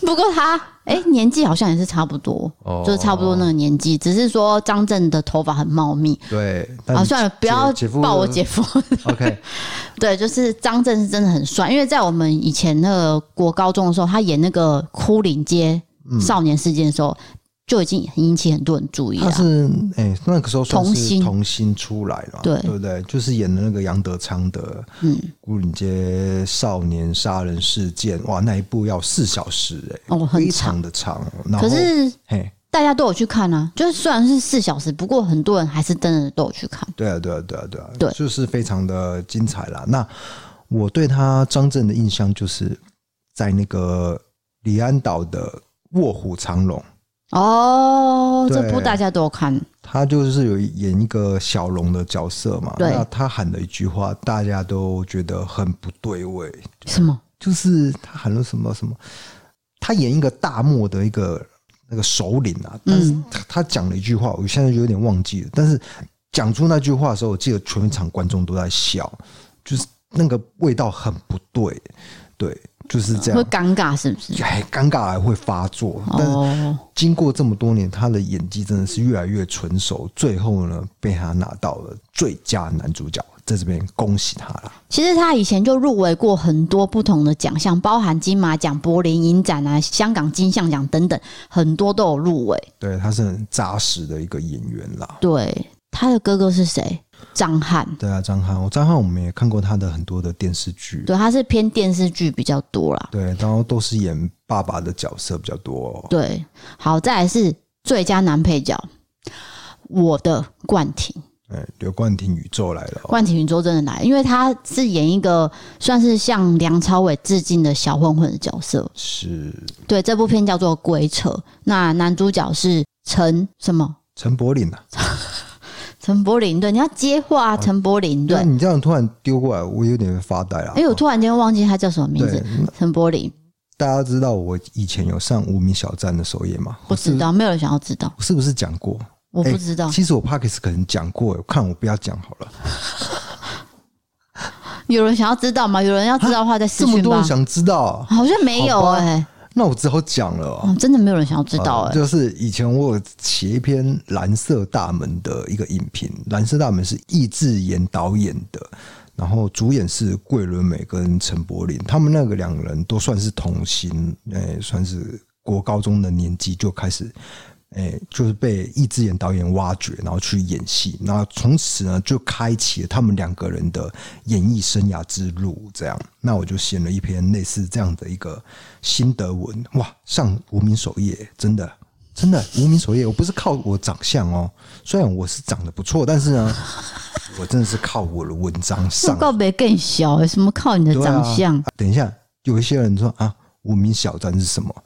[SPEAKER 2] 不过他哎、年纪好像也是差不多，
[SPEAKER 1] 哦
[SPEAKER 2] 就是差不多那个年纪，只是说张震的头发很茂密。
[SPEAKER 1] 对，
[SPEAKER 2] 啊，
[SPEAKER 1] 但
[SPEAKER 2] 算了，不要
[SPEAKER 1] 姐夫
[SPEAKER 2] 抱我姐夫。
[SPEAKER 1] OK，
[SPEAKER 2] 对，就是张震是真的很帅，因为在我们以前那个国高中的时候，他演那个《枯岭街少年事件》的时候，就已经引起很多人注意
[SPEAKER 1] 他
[SPEAKER 2] 了。
[SPEAKER 1] 是哎、那个时候算
[SPEAKER 2] 啊童
[SPEAKER 1] 是
[SPEAKER 2] 星
[SPEAKER 1] 童星出来了，
[SPEAKER 2] 对
[SPEAKER 1] 对不对？就是演的那个杨德昌的《
[SPEAKER 2] 嗯，
[SPEAKER 1] 孤岭街少年杀人事件》，哇，那一部要四小时哎、
[SPEAKER 2] 哦，很
[SPEAKER 1] 非
[SPEAKER 2] 长，
[SPEAKER 1] 常的长。然后
[SPEAKER 2] 可是
[SPEAKER 1] 嘿，
[SPEAKER 2] 大家都有去看啊，就是虽然是四小时，不过很多人还是真的都有去看。
[SPEAKER 1] 对啊，对啊，对啊，对啊，
[SPEAKER 2] 对
[SPEAKER 1] 就是非常的精彩啦。那我对他张震的印象就是在那个李安导的《卧虎藏龙》。
[SPEAKER 2] 哦，
[SPEAKER 1] 对
[SPEAKER 2] 这部大家都有看，
[SPEAKER 1] 他就是有演一个小龙的角色嘛，
[SPEAKER 2] 对
[SPEAKER 1] 那他喊了一句话，大家都觉得很不对味，
[SPEAKER 2] 什么？
[SPEAKER 1] 就是他喊了什么什么，他演一个大漠的一个那个首领
[SPEAKER 2] 嗯
[SPEAKER 1] 啊，但是他他讲了一句话，我现在有点忘记了，但是讲出那句话的时候，我记得全场观众都在笑，就是那个味道很不对，对，就是这
[SPEAKER 2] 会
[SPEAKER 1] 样。
[SPEAKER 2] 尴尬是不是？
[SPEAKER 1] 哎，尴尬还会发作，但是
[SPEAKER 2] 哦，
[SPEAKER 1] 经过这么多年，他的演技真的是越来越纯熟。最后呢，被他拿到了最佳男主角，在这边恭喜他啦！
[SPEAKER 2] 其实他以前就入围过很多不同的奖项，包含金马奖、柏林影展啊、香港金像奖等等，很多都有入围。
[SPEAKER 1] 对，他是很扎实的一个演员啦。
[SPEAKER 2] 对，他的哥哥是谁？张翰。
[SPEAKER 1] 对啊，张翰，我张翰我们也看过他的很多的电视剧，
[SPEAKER 2] 对，他是偏电视剧比较多啦。
[SPEAKER 1] 对，然后都是演爸爸的角色比较多哦、
[SPEAKER 2] 对，好，再来是最佳男配角，我的冠廷。
[SPEAKER 1] 哎，刘冠廷宇宙来了哦、
[SPEAKER 2] 冠廷宇宙真的来，因为他是演一个算是向梁朝伟致敬的小混混的角色。
[SPEAKER 1] 是
[SPEAKER 2] 对，这部片叫做《鬼扯》，那男主角是陈什么？
[SPEAKER 1] 陈柏霖啊。
[SPEAKER 2] 陈柏霖。对，你要接话啊，陈柏霖。对
[SPEAKER 1] 那，哦你这样突然丢过来，我有点发呆啊。
[SPEAKER 2] 因为我突然间忘记他叫什么名
[SPEAKER 1] 对
[SPEAKER 2] 字，，陈柏霖，
[SPEAKER 1] 大家知道我以前有上无名小站的首页吗？
[SPEAKER 2] 不知道，没有人想要知道，
[SPEAKER 1] 我是不是讲过？
[SPEAKER 2] 我
[SPEAKER 1] 哎
[SPEAKER 2] 不知道，
[SPEAKER 1] 其实我 p a c k e s 可能讲过，我看我不要讲好了。
[SPEAKER 2] 有人想要知道吗？有人要知道的话再私
[SPEAKER 1] 啊这么
[SPEAKER 2] 讯
[SPEAKER 1] 多
[SPEAKER 2] 吧
[SPEAKER 1] 人。想知道，
[SPEAKER 2] 好像没有
[SPEAKER 1] 好吧
[SPEAKER 2] 哎、
[SPEAKER 1] 那我只好讲了哦、
[SPEAKER 2] 哦，真的没有人想要知道
[SPEAKER 1] 呃
[SPEAKER 2] 哎、
[SPEAKER 1] 就是以前我有写一篇《蓝色大门》的一个影评，《蓝色大门》是易智言导演的，然后主演是桂纶镁跟陈柏霖，他们那个两个人都算是童星，哎、算是国高中的年纪就开始哎、欸，就是被易智言导演挖掘，然后去演戏，那从此呢就开启了他们两个人的演艺生涯之路。这样，那我就写了一篇类似这样的一个心得文，哇，上无名首页，真的。真的无名首页，我不是靠我长相哦，虽然我是长得不错，但是呢，我真的是靠我的文章上。
[SPEAKER 2] 告别更小、欸，什么靠你的长相、啊
[SPEAKER 1] 啊？等一下，有一些人说啊，无名小站是什么？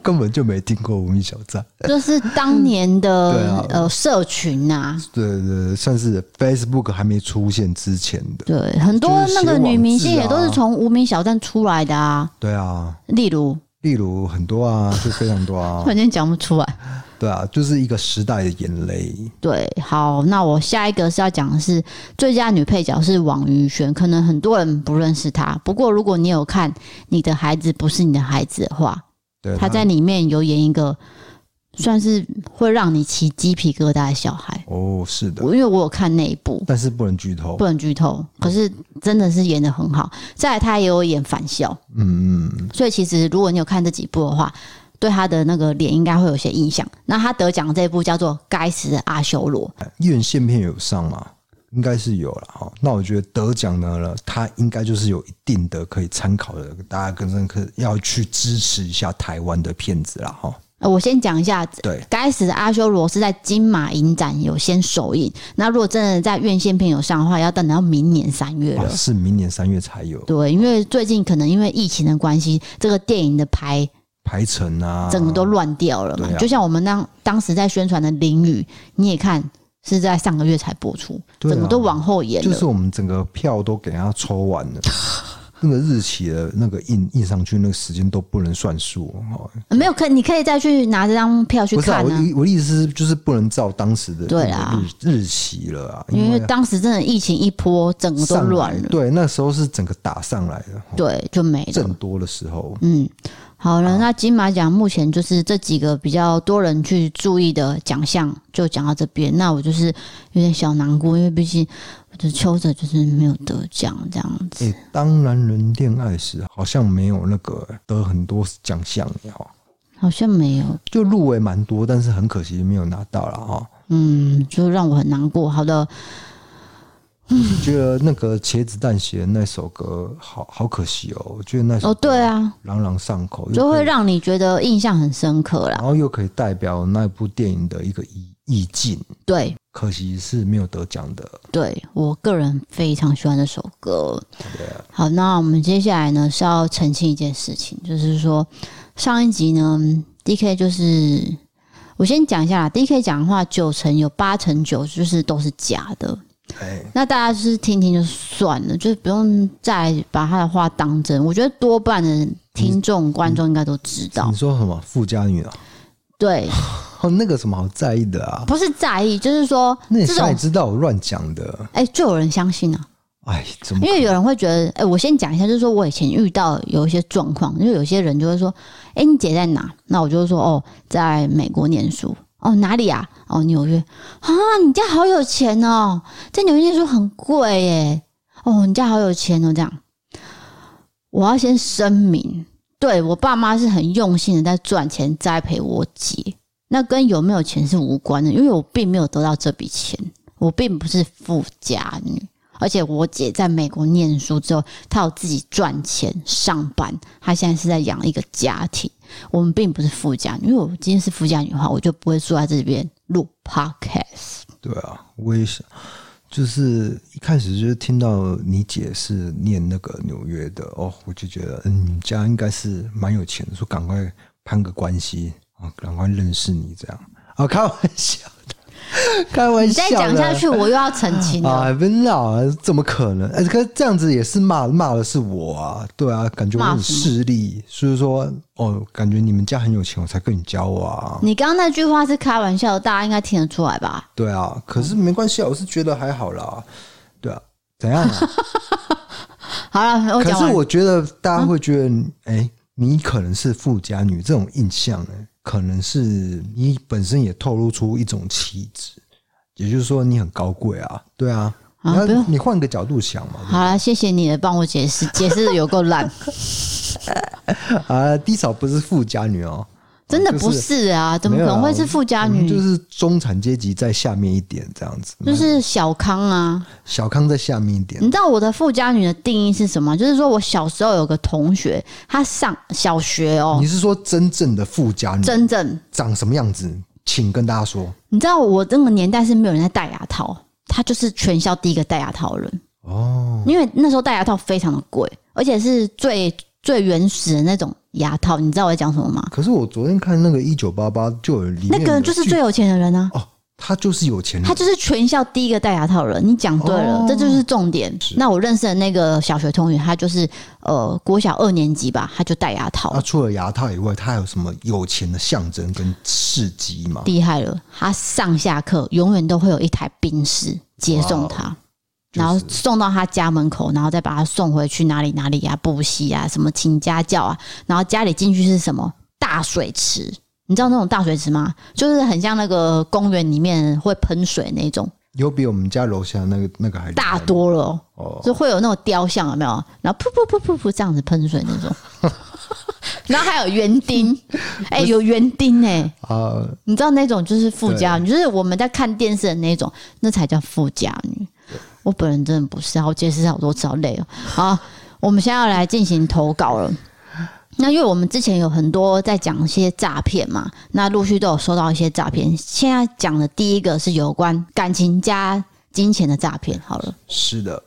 [SPEAKER 1] 根本就没听过无名小站，
[SPEAKER 2] 就是当年 的、啊、呃社群啊呐。
[SPEAKER 1] 对对对，算是 Facebook 还没出现之前的。
[SPEAKER 2] 对，很多那个女明星也都是从无名小站出来的啊。
[SPEAKER 1] 对啊，
[SPEAKER 2] 例如。
[SPEAKER 1] 例如很多啊，就非常多 啊，
[SPEAKER 2] 突然间讲不出来。
[SPEAKER 1] 对啊，就是一个时代的眼泪。
[SPEAKER 2] 对，好，那我下一个是要讲的是最佳女配角是王宇轩，可能很多人不认识她，不过如果你有看《你的孩子不是你的孩子》的话，
[SPEAKER 1] 对，
[SPEAKER 2] 她在里面有演一个算是会让你起鸡皮疙瘩的小孩。
[SPEAKER 1] 哦，是的，
[SPEAKER 2] 因为我有看那一部，
[SPEAKER 1] 但是不能剧透，
[SPEAKER 2] 不能剧透。可是真的是演的很好，再来她也有演返校。
[SPEAKER 1] 嗯嗯，
[SPEAKER 2] 所以其实如果你有看这几部的话，对他的那个脸应该会有些印象。那他得奖这一部叫做《该死的阿修罗》，
[SPEAKER 1] 嗯院线片有上吗？应该是有了哈。那我觉得得奖的呢，他应该就是有一定的可以参考的，大家跟可要去支持一下台湾的片子啦哈。
[SPEAKER 2] 呃，我先讲一下，
[SPEAKER 1] 对，
[SPEAKER 2] 该死的阿修罗是在金马影展有先首映。那如果真的在院线片有上的话，要等到明年三月了。
[SPEAKER 1] 是明年三月才有。
[SPEAKER 2] 对，因为最近可能因为疫情的关系，这个电影的排
[SPEAKER 1] 排程啊，
[SPEAKER 2] 整个都乱掉了嘛。
[SPEAKER 1] 对啊
[SPEAKER 2] 就像我们当当时在宣传的《淋雨》，你也看是在上个月才播出，
[SPEAKER 1] 对啊
[SPEAKER 2] 整个都往后延了。
[SPEAKER 1] 就是我们整个票都给他抽完了， 那个日期的那个印印上去，那个时间都不能算数哦。
[SPEAKER 2] 没有可，你可以再去拿这张票去
[SPEAKER 1] 不是、啊，
[SPEAKER 2] 看
[SPEAKER 1] 我
[SPEAKER 2] 啊。
[SPEAKER 1] 我的意思是，就是不能照当时的
[SPEAKER 2] 对
[SPEAKER 1] 那
[SPEAKER 2] 啊
[SPEAKER 1] 个日日期了啊，
[SPEAKER 2] 因为
[SPEAKER 1] 为
[SPEAKER 2] 当时真的疫情一波，整个都
[SPEAKER 1] 上
[SPEAKER 2] 乱
[SPEAKER 1] 来
[SPEAKER 2] 了，
[SPEAKER 1] 对，那时候是整个打上来的，哦
[SPEAKER 2] 对，就没了
[SPEAKER 1] 正。多的时候，
[SPEAKER 2] 嗯，好了，那金马奖目前就是这几个比较多人去注意的奖项，就讲到这边。那我就是有点小难过，因为毕竟我的邱泽就是没有得奖这样子。
[SPEAKER 1] 诶、当男人恋爱时好像没有那个得很多奖项哦，
[SPEAKER 2] 好像没有，
[SPEAKER 1] 就入围蛮多，但是很可惜没有拿到了哈、哦。
[SPEAKER 2] 嗯，就让我很难过。好的，
[SPEAKER 1] 你觉得那个茄子蛋写的那首歌好好可惜哦，我觉得那首
[SPEAKER 2] 哦，对啊，
[SPEAKER 1] 朗朗上口，
[SPEAKER 2] 就
[SPEAKER 1] 又可
[SPEAKER 2] 会
[SPEAKER 1] 以
[SPEAKER 2] 让你觉得印象很深刻啦
[SPEAKER 1] 然。后又可以代表那部电影的一个意意境，
[SPEAKER 2] 对，
[SPEAKER 1] 可惜是没有得奖的。
[SPEAKER 2] 对我个人非常喜欢这首歌。
[SPEAKER 1] 啊
[SPEAKER 2] 好，那我们接下来呢是要澄清一件事情，就是说上一集呢，D K 就是我先讲一下啦，D K 讲的话九成有八成九就是都是假的，
[SPEAKER 1] 哎，
[SPEAKER 2] 那大家就是听听就算了，就是不用再把他的话当真。我觉得多半的听众观众应该都知道
[SPEAKER 1] 你，说什么富家女啊？
[SPEAKER 2] 对，
[SPEAKER 1] 哦，那个什么好在意的啊？
[SPEAKER 2] 不是在意，就是说
[SPEAKER 1] 那你
[SPEAKER 2] 这
[SPEAKER 1] 现
[SPEAKER 2] 种
[SPEAKER 1] 也知道我乱讲的，
[SPEAKER 2] 哎、就有人相信啊。
[SPEAKER 1] 哎，怎么
[SPEAKER 2] 因为有人会觉得，哎、我先讲一下，就是说我以前遇到有一些状况，因为有些人就会说，哎、你姐在哪？那我就说，哦，在美国念书。哦，哪里啊？哦，纽约啊，你家好有钱哦，在纽约念书很贵耶。哦，你家好有钱哦，这样。我要先声明，对我爸妈是很用心的在赚钱栽培我姐，那跟有没有钱是无关的，因为我并没有得到这笔钱，我并不是富家女。而且我姐在美国念书之后，她有自己赚钱上班，她现在是在养一个家庭。我们并不是富家女，因为我今天是富家女的话，我就不会坐在这边 录 podcast。
[SPEAKER 1] 对啊？我也想，就是一开始就是听到你姐是念那个纽约的哦，我就觉得嗯，你家应该是蛮有钱的，说赶快攀个关系啊，赶快认识你这样啊，开玩笑的，开玩
[SPEAKER 2] 你
[SPEAKER 1] 笑
[SPEAKER 2] 再
[SPEAKER 1] 的。
[SPEAKER 2] 讲下去，我又要澄清了，
[SPEAKER 1] 啊，别闹啊！怎么可能？哎、可是这样子也是骂骂的是我啊，对啊，感觉我
[SPEAKER 2] 骂
[SPEAKER 1] 很
[SPEAKER 2] 什么
[SPEAKER 1] 势利，所以说哦，感觉你们家很有钱，我才跟你交往啊，
[SPEAKER 2] 你刚刚那句话是开玩笑的，大家应该听得出来吧？
[SPEAKER 1] 对啊，可是没关系啊，我是觉得还好啦，对啊，怎样、啊？
[SPEAKER 2] 好了， 我
[SPEAKER 1] 可
[SPEAKER 2] 讲
[SPEAKER 1] 是
[SPEAKER 2] 完嗯了。
[SPEAKER 1] 我觉得大家会觉得，哎、你可能是富家女这种印象呢，可能是你本身也透露出一种气质，也就是说你很高贵啊，对啊，
[SPEAKER 2] 啊
[SPEAKER 1] 你要
[SPEAKER 2] 不用
[SPEAKER 1] 你换个角度想 嘛，
[SPEAKER 2] 好了，谢谢你的帮我解 释，解释的有够烂。
[SPEAKER 1] 啊，低嫂不是富家女哦。
[SPEAKER 2] 真的不是啊，怎么可能会是富家
[SPEAKER 1] 我们
[SPEAKER 2] 女？嗯
[SPEAKER 1] 就是中产阶级在下面一点这样子，
[SPEAKER 2] 就是小康啊，
[SPEAKER 1] 小康在下面一点
[SPEAKER 2] 你，知道我的富家女的定义是什么？就是说我小时候有个同学，她上小学哦
[SPEAKER 1] 你，是说真正的富家女
[SPEAKER 2] 真正
[SPEAKER 1] 长什么样子？请跟大家说
[SPEAKER 2] 你知道我那个年代是没有人在戴牙套，她就是全校第一个戴牙套的人，
[SPEAKER 1] 哦。
[SPEAKER 2] 因为那时候戴牙套非常的贵，而且是最最原始的那种牙套。你知道我在讲什么吗？
[SPEAKER 1] 可是我昨天看那个一九八八，就有里面
[SPEAKER 2] 那个人就是
[SPEAKER 1] 剧
[SPEAKER 2] 最有钱的人啊，
[SPEAKER 1] 哦，他就是有钱人
[SPEAKER 2] 他，就是全校第一个戴牙套的人。你讲对了，
[SPEAKER 1] 哦
[SPEAKER 2] 这就是重点。那我认识的那个小学同学，他就是呃国小二年级吧，他就戴牙套
[SPEAKER 1] 那，啊除了牙套以外，他还有什么有钱的象征跟事迹吗？
[SPEAKER 2] 厉害了。他上下课永远都会有一台宾士接送他。
[SPEAKER 1] 哦就是
[SPEAKER 2] 然后送到他家门口，然后再把他送回去哪里哪里啊，补习啊，什么请家教啊，然后家里进去是什么大水池，你知道那种大水池吗？就是很像那个公园里面会喷水那种，
[SPEAKER 1] 有比我们家楼下那个那个还厉害
[SPEAKER 2] 大
[SPEAKER 1] 吗
[SPEAKER 2] 多了哦、
[SPEAKER 1] 哦，
[SPEAKER 2] 就会有那种雕像有没有？然后噗噗噗噗噗这样子喷水那种， 然后还有园丁，哎、有园丁哎、
[SPEAKER 1] 啊、
[SPEAKER 2] 你知道那种就是富家女，就是我们在看电视的那种，那才叫富家女。我本人真的不是啊，我解释好多次，好累哦。好，我们现在要来进行投稿了。那因为我们之前有很多在讲一些诈骗嘛，那陆续都有收到一些诈骗。现在讲的第一个是有关感情加金钱的诈骗。好了，
[SPEAKER 1] 是的，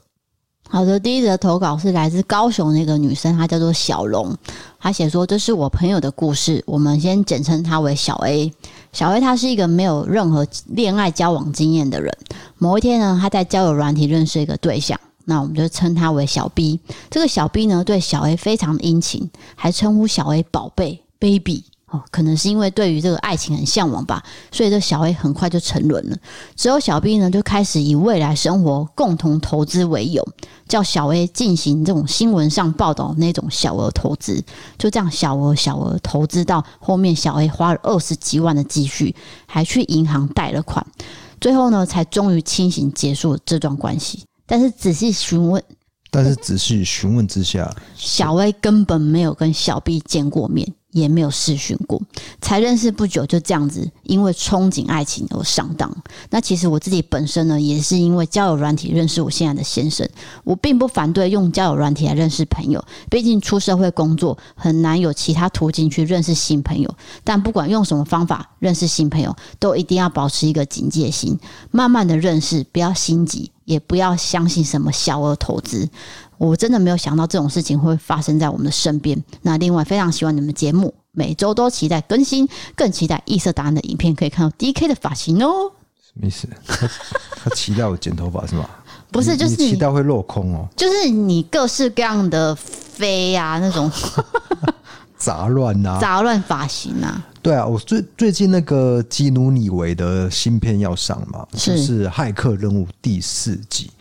[SPEAKER 2] 好的，第一则投稿是来自高雄那个女生，她叫做小龙，她写说这是我朋友的故事，我们先简称她为小 A。小 A 她是一个没有任何恋爱交往经验的人。某一天呢，她在交友软体认识一个对象，那我们就称她为小 B。这个小 B 呢，对小 A 非常殷勤，还称呼小 A 宝贝 baby。哦，可能是因为对于这个爱情很向往吧，所以这小 A 很快就沉沦了。之后小 B 呢，就开始以未来生活共同投资为由，叫小 A 进行这种新闻上报道那种小额投资，就这样小额小额投资到后面，小 A 花了二十几万的积蓄，还去银行贷了款，最后呢才终于清醒结束这段关系。但是仔细询问，
[SPEAKER 1] 但是仔细询问之下，
[SPEAKER 2] 小 A 根本没有跟小 B 见过面，也没有试训过，才认识不久就这样子，因为憧憬爱情而上当。那其实我自己本身呢，也是因为交友软体认识我现在的先生。我并不反对用交友软体来认识朋友，毕竟出社会工作很难有其他途径去认识新朋友。但不管用什么方法认识新朋友，都一定要保持一个警戒心，慢慢的认识，不要心急，也不要相信什么小额投资。我真的没有想到这种事情会发生在我们的身边。那另外，非常喜欢你们节目，每周都期待更新，更期待异色答案的影片可以看到 D K 的发型哦。
[SPEAKER 1] 什么意思？他 他期待我剪头发是吗？
[SPEAKER 2] 不是，
[SPEAKER 1] 你
[SPEAKER 2] 就是
[SPEAKER 1] 嗯你期待会落空哦，
[SPEAKER 2] 就是你各式各样的飞啊，那种
[SPEAKER 1] 杂乱呐、
[SPEAKER 2] 杂乱发型啊，
[SPEAKER 1] 对啊，我最最近那个基努里维的新片要上嘛，
[SPEAKER 2] 是
[SPEAKER 1] 就是《骇客任务》第四季。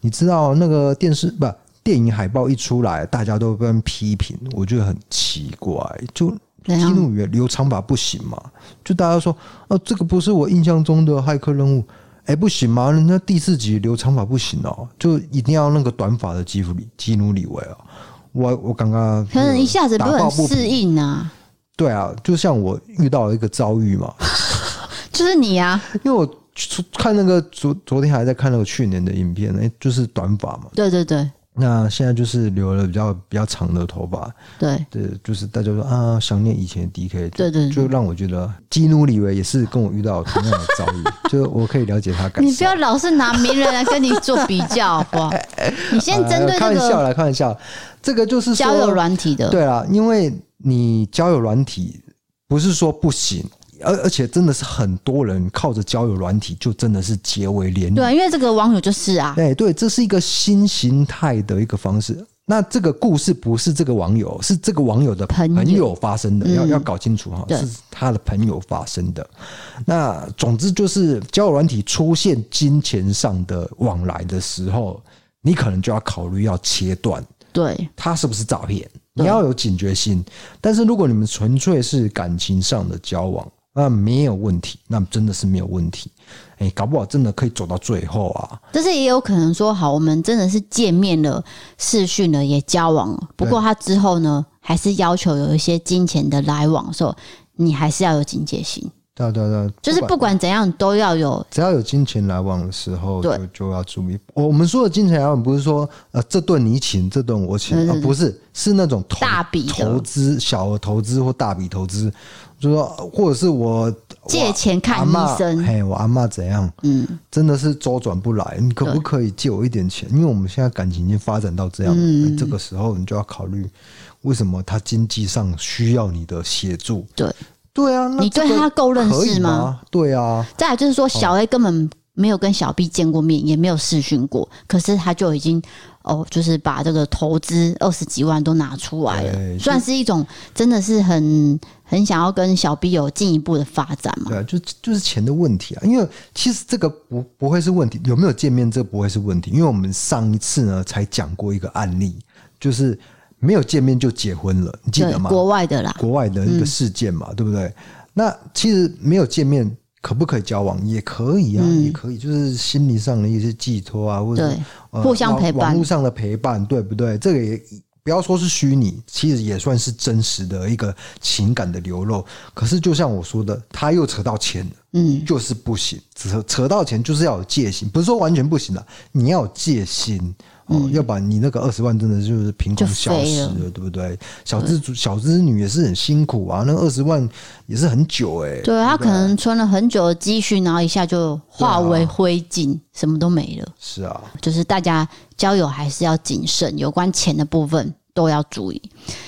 [SPEAKER 1] 你知道那个电视不电影海报一出来，大家都被人批评，我觉得很奇怪。就
[SPEAKER 2] 怎
[SPEAKER 1] 基
[SPEAKER 2] 样？
[SPEAKER 1] 努里维留长发不行嘛？就大家说哦、这个不是我印象中的《骇客任务》。哎，不行吗？人家第四集留长发不行哦，就一定要那个短发的基努里基努里维哦。我我刚刚
[SPEAKER 2] 可能一下子
[SPEAKER 1] 打
[SPEAKER 2] 不是
[SPEAKER 1] 抱
[SPEAKER 2] 很
[SPEAKER 1] 不平
[SPEAKER 2] 适应啊，
[SPEAKER 1] 对啊，就像我遇到了一个遭遇嘛，
[SPEAKER 2] 就是你啊，
[SPEAKER 1] 因为我去看那个昨昨天还在看那个去年的影片，哎、就是短发嘛。
[SPEAKER 2] 对对对
[SPEAKER 1] 那现在就是留了比较比较长的头发，
[SPEAKER 2] 对
[SPEAKER 1] 对，就是大家说啊，想念以前的 DK，
[SPEAKER 2] 对对对，
[SPEAKER 1] 就让我觉得基努里维也是跟我遇到同样的遭遇， 就我可以了解他感受。
[SPEAKER 2] 你不要老是拿名人来跟你做比较，好不 好？你先针对
[SPEAKER 1] 啊开
[SPEAKER 2] 这
[SPEAKER 1] 玩笑
[SPEAKER 2] 个
[SPEAKER 1] 啦，开玩笑，这个就是说
[SPEAKER 2] 交友软体的，
[SPEAKER 1] 对啦，因为你交友软体不是说不行，而而且真的是很多人靠着交友软体就真的是结为连理。
[SPEAKER 2] 对，啊因为这个网友就是啊，
[SPEAKER 1] 哎，对，这是一个新形态的一个方式。那这个故事不是这个网友，是这个网友的
[SPEAKER 2] 朋友
[SPEAKER 1] 朋友发生的，要
[SPEAKER 2] 嗯
[SPEAKER 1] 要搞清楚哈，
[SPEAKER 2] 对
[SPEAKER 1] 是他的朋友发生的。那总之就是交友软体出现金钱上的往来的时候，你可能就要考虑要切断。
[SPEAKER 2] 对
[SPEAKER 1] 他是不是诈骗，你要有警觉心。但是如果你们纯粹是感情上的交往，那没有问题，那真的是没有问题。哎、搞不好真的可以走到最后啊！
[SPEAKER 2] 但是也有可能说，好，我们真的是见面了、视讯了，也交往了。不过他之后呢，还是要求有一些金钱的来往的时候，你还是要有警戒心，
[SPEAKER 1] 对啊对啊对啊，
[SPEAKER 2] 就是不管怎样都要有。
[SPEAKER 1] 只要有金钱来往的时候，
[SPEAKER 2] 对
[SPEAKER 1] 就就要注意。我我们说的金钱来往，不是说呃这顿你请，这顿我请，
[SPEAKER 2] 对对
[SPEAKER 1] 啊
[SPEAKER 2] 对
[SPEAKER 1] 不是，是那种投
[SPEAKER 2] 嗯大笔的
[SPEAKER 1] 投资、小额投资或大笔投资，就是说或者是我
[SPEAKER 2] 借钱
[SPEAKER 1] 我阿
[SPEAKER 2] 看
[SPEAKER 1] 嬷
[SPEAKER 2] 医生，
[SPEAKER 1] 嘿，我阿妈怎样，
[SPEAKER 2] 嗯
[SPEAKER 1] 真的是周转不来，你可不
[SPEAKER 2] 对
[SPEAKER 1] 可以借我一点钱？因为我们现在感情已经发展到这样，
[SPEAKER 2] 嗯
[SPEAKER 1] 这个时候你就要考虑为什么他经济上需要你的协助。
[SPEAKER 2] 对，
[SPEAKER 1] 对啊，那
[SPEAKER 2] 你对
[SPEAKER 1] 这个
[SPEAKER 2] 他够认
[SPEAKER 1] 可以
[SPEAKER 2] 识吗？
[SPEAKER 1] 吗？对啊，
[SPEAKER 2] 再来就是说，小 A 根本没有跟小 B 见过面，也没有视讯过，可是他就已经哦，就是把这个投资二十几万都拿出来
[SPEAKER 1] 对
[SPEAKER 2] 了，算是一种真的是很很想要跟小 B 有进一步的发展嘛？
[SPEAKER 1] 对啊，就就是钱的问题啊。因为其实这个不不会是问题，有没有见面这不会是问题，因为我们上一次呢才讲过一个案例，就是没有见面就结婚了，你记
[SPEAKER 2] 对
[SPEAKER 1] 得，吗？
[SPEAKER 2] 国外的啦，
[SPEAKER 1] 国外的
[SPEAKER 2] 嗯
[SPEAKER 1] 一个事件嘛，对不对？那其实没有见面，可不可以交往？也可以啊，
[SPEAKER 2] 嗯
[SPEAKER 1] 也可以，就是心理上的一些寄托啊，或者
[SPEAKER 2] 对
[SPEAKER 1] 是、呃
[SPEAKER 2] 互相陪伴
[SPEAKER 1] 网网络上的陪伴，对不对？这个也不要说是虚拟，其实也算是真实的一个情感的流露。可是就像我说的，他又扯到钱了，
[SPEAKER 2] 嗯，
[SPEAKER 1] 就是不行，扯扯到钱就是要有戒心，不是说完全不行了，你要有戒心。哦，要不然你那个二十万真的就是凭空
[SPEAKER 2] 嗯就
[SPEAKER 1] 消
[SPEAKER 2] 飞
[SPEAKER 1] 失
[SPEAKER 2] 了
[SPEAKER 1] 对不对？小资主、小资女也是很辛苦啊，那二十万也是很久哎、
[SPEAKER 2] 对他可能存了很久的积蓄，然后一下就化为灰烬，什么都没了。
[SPEAKER 1] 是啊，
[SPEAKER 2] 就是大家交友还是要谨慎，有关钱的部分都要注意。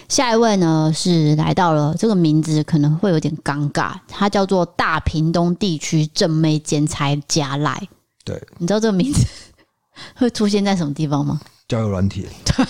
[SPEAKER 2] 下一位呢是来到了这个名字可能会有点尴尬，他叫做大屏东地区正妹兼差加赖。
[SPEAKER 1] 对，
[SPEAKER 2] 你知道这个名字 会出现在什么地方吗？
[SPEAKER 1] 交友软体，对，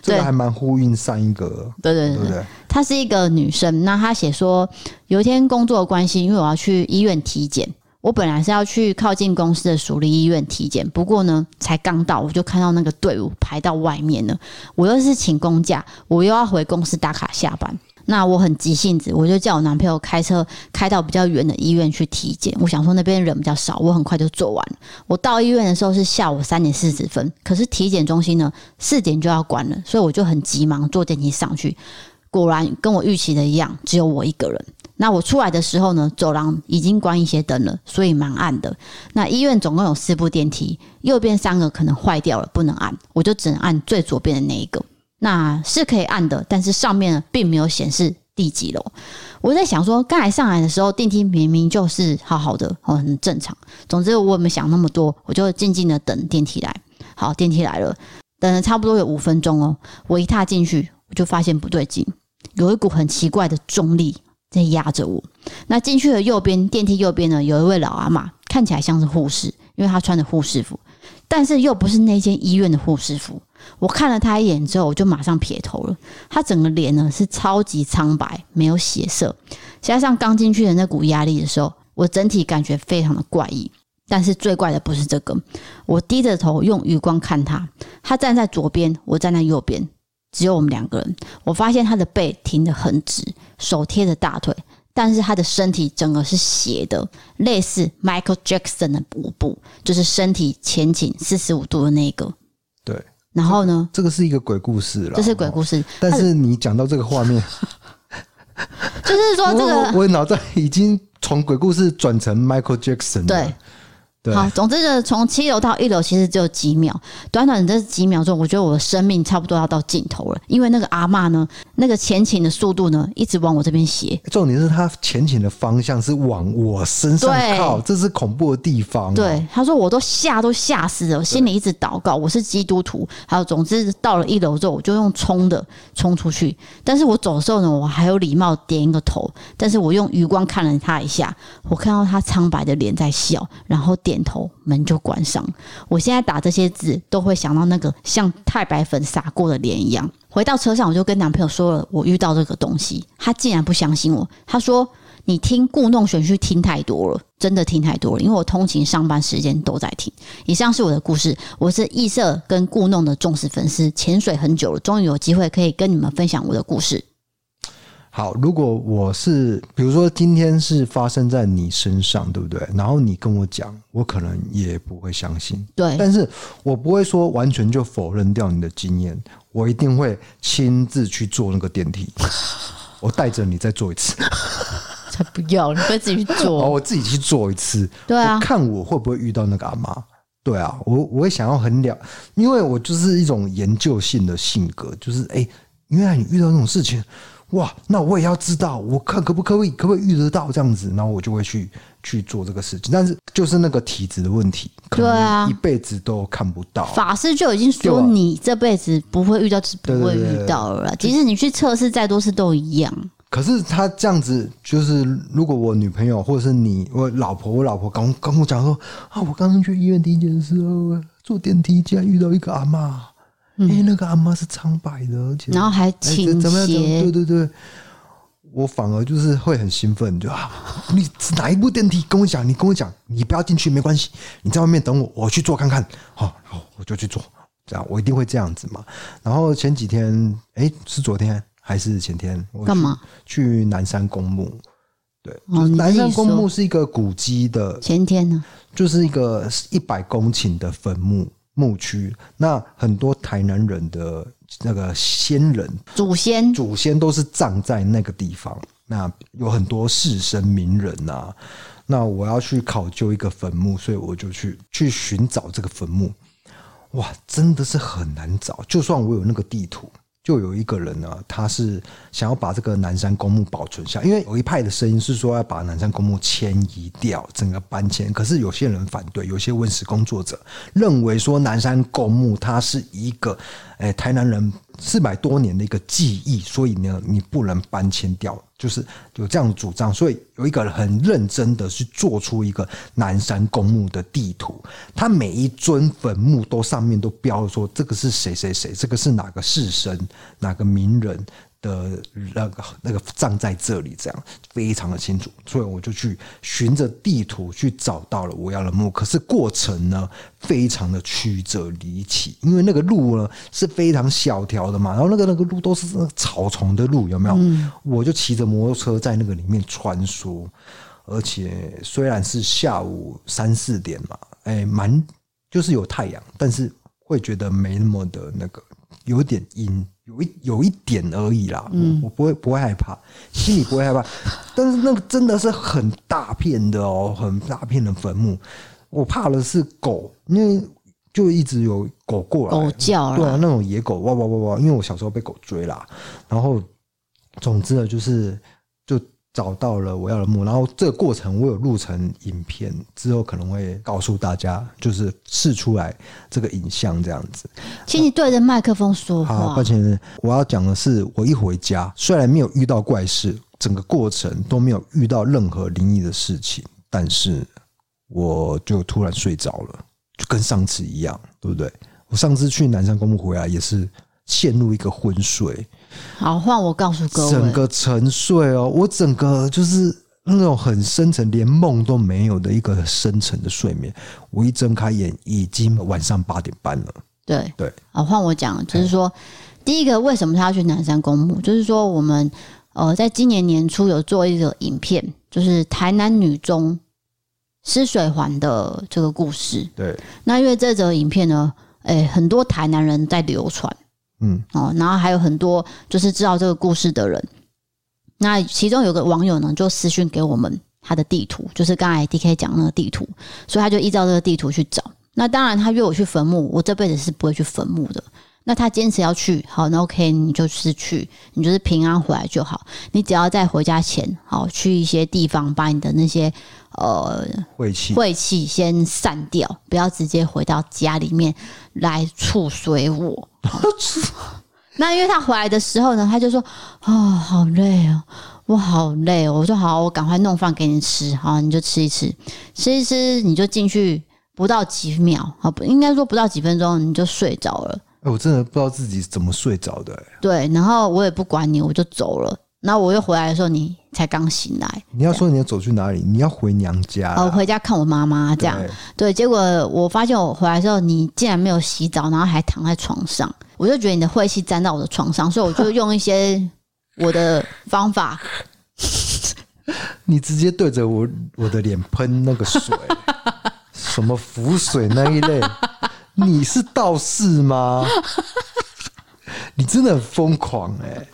[SPEAKER 1] 这
[SPEAKER 2] 对嗯
[SPEAKER 1] 个还蛮呼应上一个，
[SPEAKER 2] 对对
[SPEAKER 1] 对
[SPEAKER 2] 对
[SPEAKER 1] 不
[SPEAKER 2] 对，
[SPEAKER 1] 对？
[SPEAKER 2] 她是一个女生，那她写说，有一天工作的关系，因为我要去医院体检，我本来是要去靠近公司的属立医院体检，不过呢，才刚到我就看到那个队伍排到外面了，我又是请公假，我又要回公司打卡下班。那我很急性子，我就叫我男朋友开车开到比较远的医院去体检。我想说那边人比较少，我很快就做完了。我到医院的时候是下午三点四十分，可是体检中心呢四点就要关了，所以我就很急忙坐电梯上去。果然跟我预期的一样，只有我一个人。那我出来的时候呢，走廊已经关一些灯了，所以蛮暗的。那医院总共有四部电梯，右边三个可能坏掉了，不能按，我就只能按最左边的那一个。那是可以按的，但是上面并没有显示第几楼。我在想说，刚才上来的时候，电梯明明就是好好的，哦，很正常。总之我也没想那么多，我就静静的等电梯来。好，电梯来了，等了差不多有五分钟哦。我一踏进去，我就发现不对劲，有一股很奇怪的重力在压着我。那进去的右边电梯右边呢，有一位老阿妈，看起来像是护士，因为她穿着护士服，但是又不是那间医院的护士服。我看了她一眼之后，我就马上撇头了。她整个脸呢是超级苍白，没有血色，加上刚进去的那股压力的时候，我整体感觉非常的怪异。但是最怪的不是这个，我低着头用余光看她，她站在左边，我站在右边，只有我们两个人。我发现他的背挺得很直，手贴着大腿，但是他的身体整个是斜的，类似 Michael Jackson 的舞步，就是身体前倾四十五度的那个。
[SPEAKER 1] 对，
[SPEAKER 2] 然后呢，
[SPEAKER 1] 这个是一个鬼故事了，
[SPEAKER 2] 这是鬼故
[SPEAKER 1] 事。
[SPEAKER 2] 事，
[SPEAKER 1] 但是你讲到这个画面，
[SPEAKER 2] 就是说这
[SPEAKER 1] 我
[SPEAKER 2] 个
[SPEAKER 1] 我脑袋已经从鬼故事转成 Michael Jackson 了
[SPEAKER 2] 对，
[SPEAKER 1] 对，
[SPEAKER 2] 好，总之呢，从七楼到一楼其实只有几秒，短短的这几秒钟，我觉得我的生命差不多要到尽头了，因为那个阿嬷呢，那个前倾的速度呢，一直往我这边斜。
[SPEAKER 1] 重点是他前倾的方向是往我身上
[SPEAKER 2] 对
[SPEAKER 1] 靠，这是恐怖的地方、，哦
[SPEAKER 2] 对，他说我都吓都吓死了，心里一直祷告，我是基督徒。还有，总之到了一楼之后，我就用冲的冲出去。但是我走的时候呢，我还有礼貌点一个头，但是我用余光看了他一下，我看到他苍白的脸在笑，然后点头，门就关上了。我现在打这些字都会想到那个像太白粉撒过的脸一样。回到车上，我就跟男朋友说了我遇到这个东西，他竟然不相信我，他说。你听故弄玄虚听太多了，真的听太多了，因为我通勤上班时间都在听。以上是我的故事，我是异色跟故弄的忠实粉丝，潜水很久了，终于有机会可以跟你们分享我的故事。
[SPEAKER 1] 好，如果我是，比如说今天是发生在你身上，对不对？然后你跟我讲，我可能也不会相信，
[SPEAKER 2] 对，
[SPEAKER 1] 但是我不会说完 全就否认掉你的经验，我一定会亲自去坐那个电梯。我带着你再做一次，
[SPEAKER 2] 才不要，你会自己去
[SPEAKER 1] 哦，
[SPEAKER 2] 做。
[SPEAKER 1] 我自己去做一次，
[SPEAKER 2] 对啊
[SPEAKER 1] 我，看我会不会遇到那个阿妈。对啊，我我会想要很了，因为我就是一种研究性的性格，就是哎、原来你遇到那种事情，哇，那我也要知道，我看可不可以可不可以遇得到这样子，然后我就会去去做这个事情。但是就是那个体质的问题，可
[SPEAKER 2] 对啊
[SPEAKER 1] 能一辈子都看不到。
[SPEAKER 2] 法师就已经说
[SPEAKER 1] 对啊
[SPEAKER 2] 你这辈子不会遇到，就是不会
[SPEAKER 1] 对对对
[SPEAKER 2] 遇到了啦。即使你去测试再多次都一样。
[SPEAKER 1] 可是他这样子，就是如果我女朋友或者是你，我老婆，我老婆刚刚跟我讲说啊，我刚刚去医院体检的时候，呃坐电梯竟然遇到一个阿妈，哎、那个阿妈是苍白的，而
[SPEAKER 2] 嗯
[SPEAKER 1] 且
[SPEAKER 2] 然后还
[SPEAKER 1] 哎怎
[SPEAKER 2] 倾
[SPEAKER 1] 怎么样怎么样？
[SPEAKER 2] 斜，
[SPEAKER 1] 对对对，我反而就是会很兴奋，就 啊，你是哪一部电梯？跟我讲，你跟我讲，你不要进去没关系，你在外面等我，我去做看看。好、然后我就去做，这样我一定会这样子嘛。然后前几天，哎、是昨天还是前天？我去
[SPEAKER 2] 干嘛？
[SPEAKER 1] 去南山公墓。对，
[SPEAKER 2] 哦
[SPEAKER 1] 就是
[SPEAKER 2] 你
[SPEAKER 1] 南
[SPEAKER 2] 自己
[SPEAKER 1] 山公
[SPEAKER 2] 说
[SPEAKER 1] 墓是一个古迹的
[SPEAKER 2] 前天呢？
[SPEAKER 1] 就是一个一百公顷的坟墓墓区，那很多台南人的那个先人
[SPEAKER 2] 祖先
[SPEAKER 1] 祖先都是葬在那个地方，那有很多士绅名人呐、啊。那我要去考究一个坟墓，所以我就去去寻找这个坟墓。哇，真的是很难找。就算我有那个地图，就有一个人呢、他是想要把这个南山公墓保存下，因为有一派的声音是说要把南山公墓迁移掉，整个搬迁。可是有些人反对，有些文史工作者认为说南山公墓它是一个，诶、台南人四百多年的一个记忆，所以呢，你不能搬迁掉，就是有这样的主张。所以有一个很认真的去做出一个南山公墓的地图，它每一尊坟墓都上面都标说这个是谁谁谁，这个是哪个士绅，哪个名人。的那个那个葬在这里，这样非常的清楚，所以我就去循着地图去找到了我要的墓。可是过程呢，非常的曲折离奇，因为那个路呢是非常小条的嘛，然后那个那个路都是那个草丛的路，有没有？
[SPEAKER 2] 嗯
[SPEAKER 1] 我就骑着摩托车在那个里面穿梭，而且虽然是下午三四点嘛，哎、蛮就是有太阳，但是会觉得没那么的那个，有点阴，有一有一点而已啦。嗯，我不会不会害怕，心里不会 害怕。但是那个真的是很大片的哦，很大片的坟墓。我怕的是狗，因为就一直有狗过来，
[SPEAKER 2] 狗叫
[SPEAKER 1] 对啊，
[SPEAKER 2] 了，
[SPEAKER 1] 那种野狗哇哇哇哇，因为我小时候被狗追啦，然后总之呢，就是就找到了我要的墓，然后这个过程我有录成影片，之后可能会告诉大家，就是试出来这个影像这样子。
[SPEAKER 2] 请你对着麦克风说
[SPEAKER 1] 好，
[SPEAKER 2] 话
[SPEAKER 1] 啊抱。歉，我要讲的是，我一回家虽然没有遇到怪事，整个过程都没有遇到任何灵异的事情，但是我就突然睡着了，就跟上次一样，对不对？我上次去南山公墓回来也是陷入一个昏睡，
[SPEAKER 2] 好，换我告诉各
[SPEAKER 1] 整
[SPEAKER 2] 位，
[SPEAKER 1] 个沉睡哦，我整个就是那种很深沉，连梦都没有的一个深沉的睡眠。我一睁开眼，已经晚上八点半了。
[SPEAKER 2] 对
[SPEAKER 1] 对，
[SPEAKER 2] 好，
[SPEAKER 1] 哎
[SPEAKER 2] 换我讲，就是说，第一个为什么他要去南山公墓，就是说我们呃，在今年年初有做一个影片，就是台南女中施水环的这个故事。
[SPEAKER 1] 对，
[SPEAKER 2] 那因为这则影片呢，诶、很多台南人在流传。
[SPEAKER 1] 嗯，
[SPEAKER 2] 哦，然后还有很多就是知道这个故事的人。那其中有个网友呢，就私讯给我们他的地图，就是刚才 D K 讲那个地图，所以他就依照这个地图去找。那当然，他约我去坟墓，我这辈子是不会去坟墓的。那他坚持要去，好，那 OK，你就是去，你就是平安回来就好。你只要在回家前，好去一些地方，把你的那些呃
[SPEAKER 1] 晦气。
[SPEAKER 2] 晦气先散掉，不要直接回到家里面来触随我。那因为他回来的时候呢，他就说：“哦，好累哦，我好累哦。”我说：“好，我赶快弄饭给你吃，好，你就吃一吃，吃一吃，你就进去不到几秒，好，不应该说不到几分钟你就睡着了。
[SPEAKER 1] 哎、我真的不知道自己怎么睡着的、哎
[SPEAKER 2] 对，然后我也不管你，我就走了。那我又回来的时候，你才刚醒来，
[SPEAKER 1] 你要说你要走去哪里？你要回娘家啦。
[SPEAKER 2] 哦，回家看我妈妈这样。
[SPEAKER 1] 对
[SPEAKER 2] 对，结果我发现我回来之后，你竟然没有洗澡，然后还躺在床上，我就觉得你的晦气沾到我的床上，所以我就用一 些我的方法，
[SPEAKER 1] 你直接对着我我的脸喷那 个水，什么浮水那一类，你 是道士吗？你真的很疯狂哎、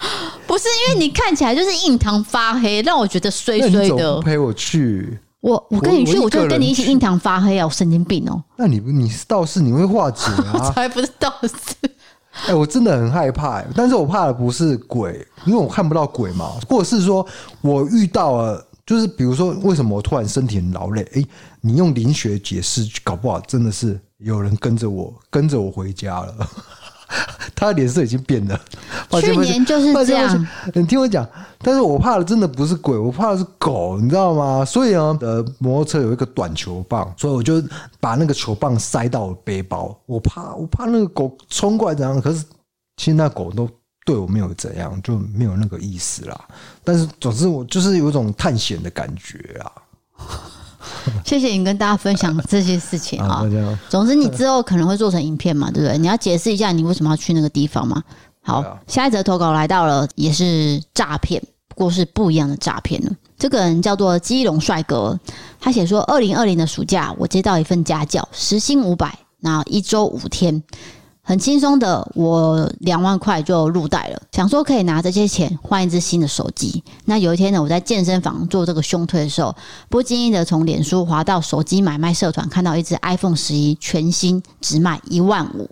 [SPEAKER 2] 不不是因为你看起来就是印堂发黑，让我觉得衰
[SPEAKER 1] 那你
[SPEAKER 2] 衰
[SPEAKER 1] 怎么
[SPEAKER 2] 的哦
[SPEAKER 1] 不。陪我去？
[SPEAKER 2] 我我跟你去，
[SPEAKER 1] 我
[SPEAKER 2] 我
[SPEAKER 1] 一个
[SPEAKER 2] 就会
[SPEAKER 1] 人
[SPEAKER 2] 跟你一起
[SPEAKER 1] 去
[SPEAKER 2] 印堂发黑啊！我神经病哦、
[SPEAKER 1] 那你你倒是你会化解 啊！
[SPEAKER 2] 才不是道士。
[SPEAKER 1] 哎、我真的很害怕、欸，但是我怕的不是鬼，因为我看不到鬼嘛，或者是说我遇到了，就是比如说为什么我突然身体很劳累？哎、你用灵学解释，搞不好真的是有人跟着我，跟着我回家了。他的脸色已经变了。抱歉
[SPEAKER 2] 去年就是
[SPEAKER 1] 抱歉
[SPEAKER 2] 这样
[SPEAKER 1] 抱歉你听我讲，但是我怕的真的不是鬼，我怕的是狗，你知道吗？所以呢，呃，摩托车有一个短球棒，所以我就把那个球棒塞到我背包，我怕我怕那个狗冲过来怎样，可是其实那狗都对我没有怎样，就没有那个意思啦。但是总之我就是有一种探险的感觉啊，
[SPEAKER 2] 谢谢你跟大家分享这些事情啊、
[SPEAKER 1] 啊，这样。
[SPEAKER 2] 总之，你之后可能会做成影片嘛，对不对？你要解释一下你为什么要去那个地方嘛。好，
[SPEAKER 1] 对啊
[SPEAKER 2] 下一则投稿来到了，也是诈骗，不过是不一样的诈骗了。这个人叫做基隆帅哥，他写说，二零二零的暑假，我接到一份家教，时薪五百，然后一周五天，很轻松的，我两万块就入袋了，想说可以拿这些钱换一只新的手机。那有一天呢，我在健身房做这个胸推的时候，不经意的从脸书滑到手机买卖社团，看到一只 iPhone 十一全新，只卖一万五，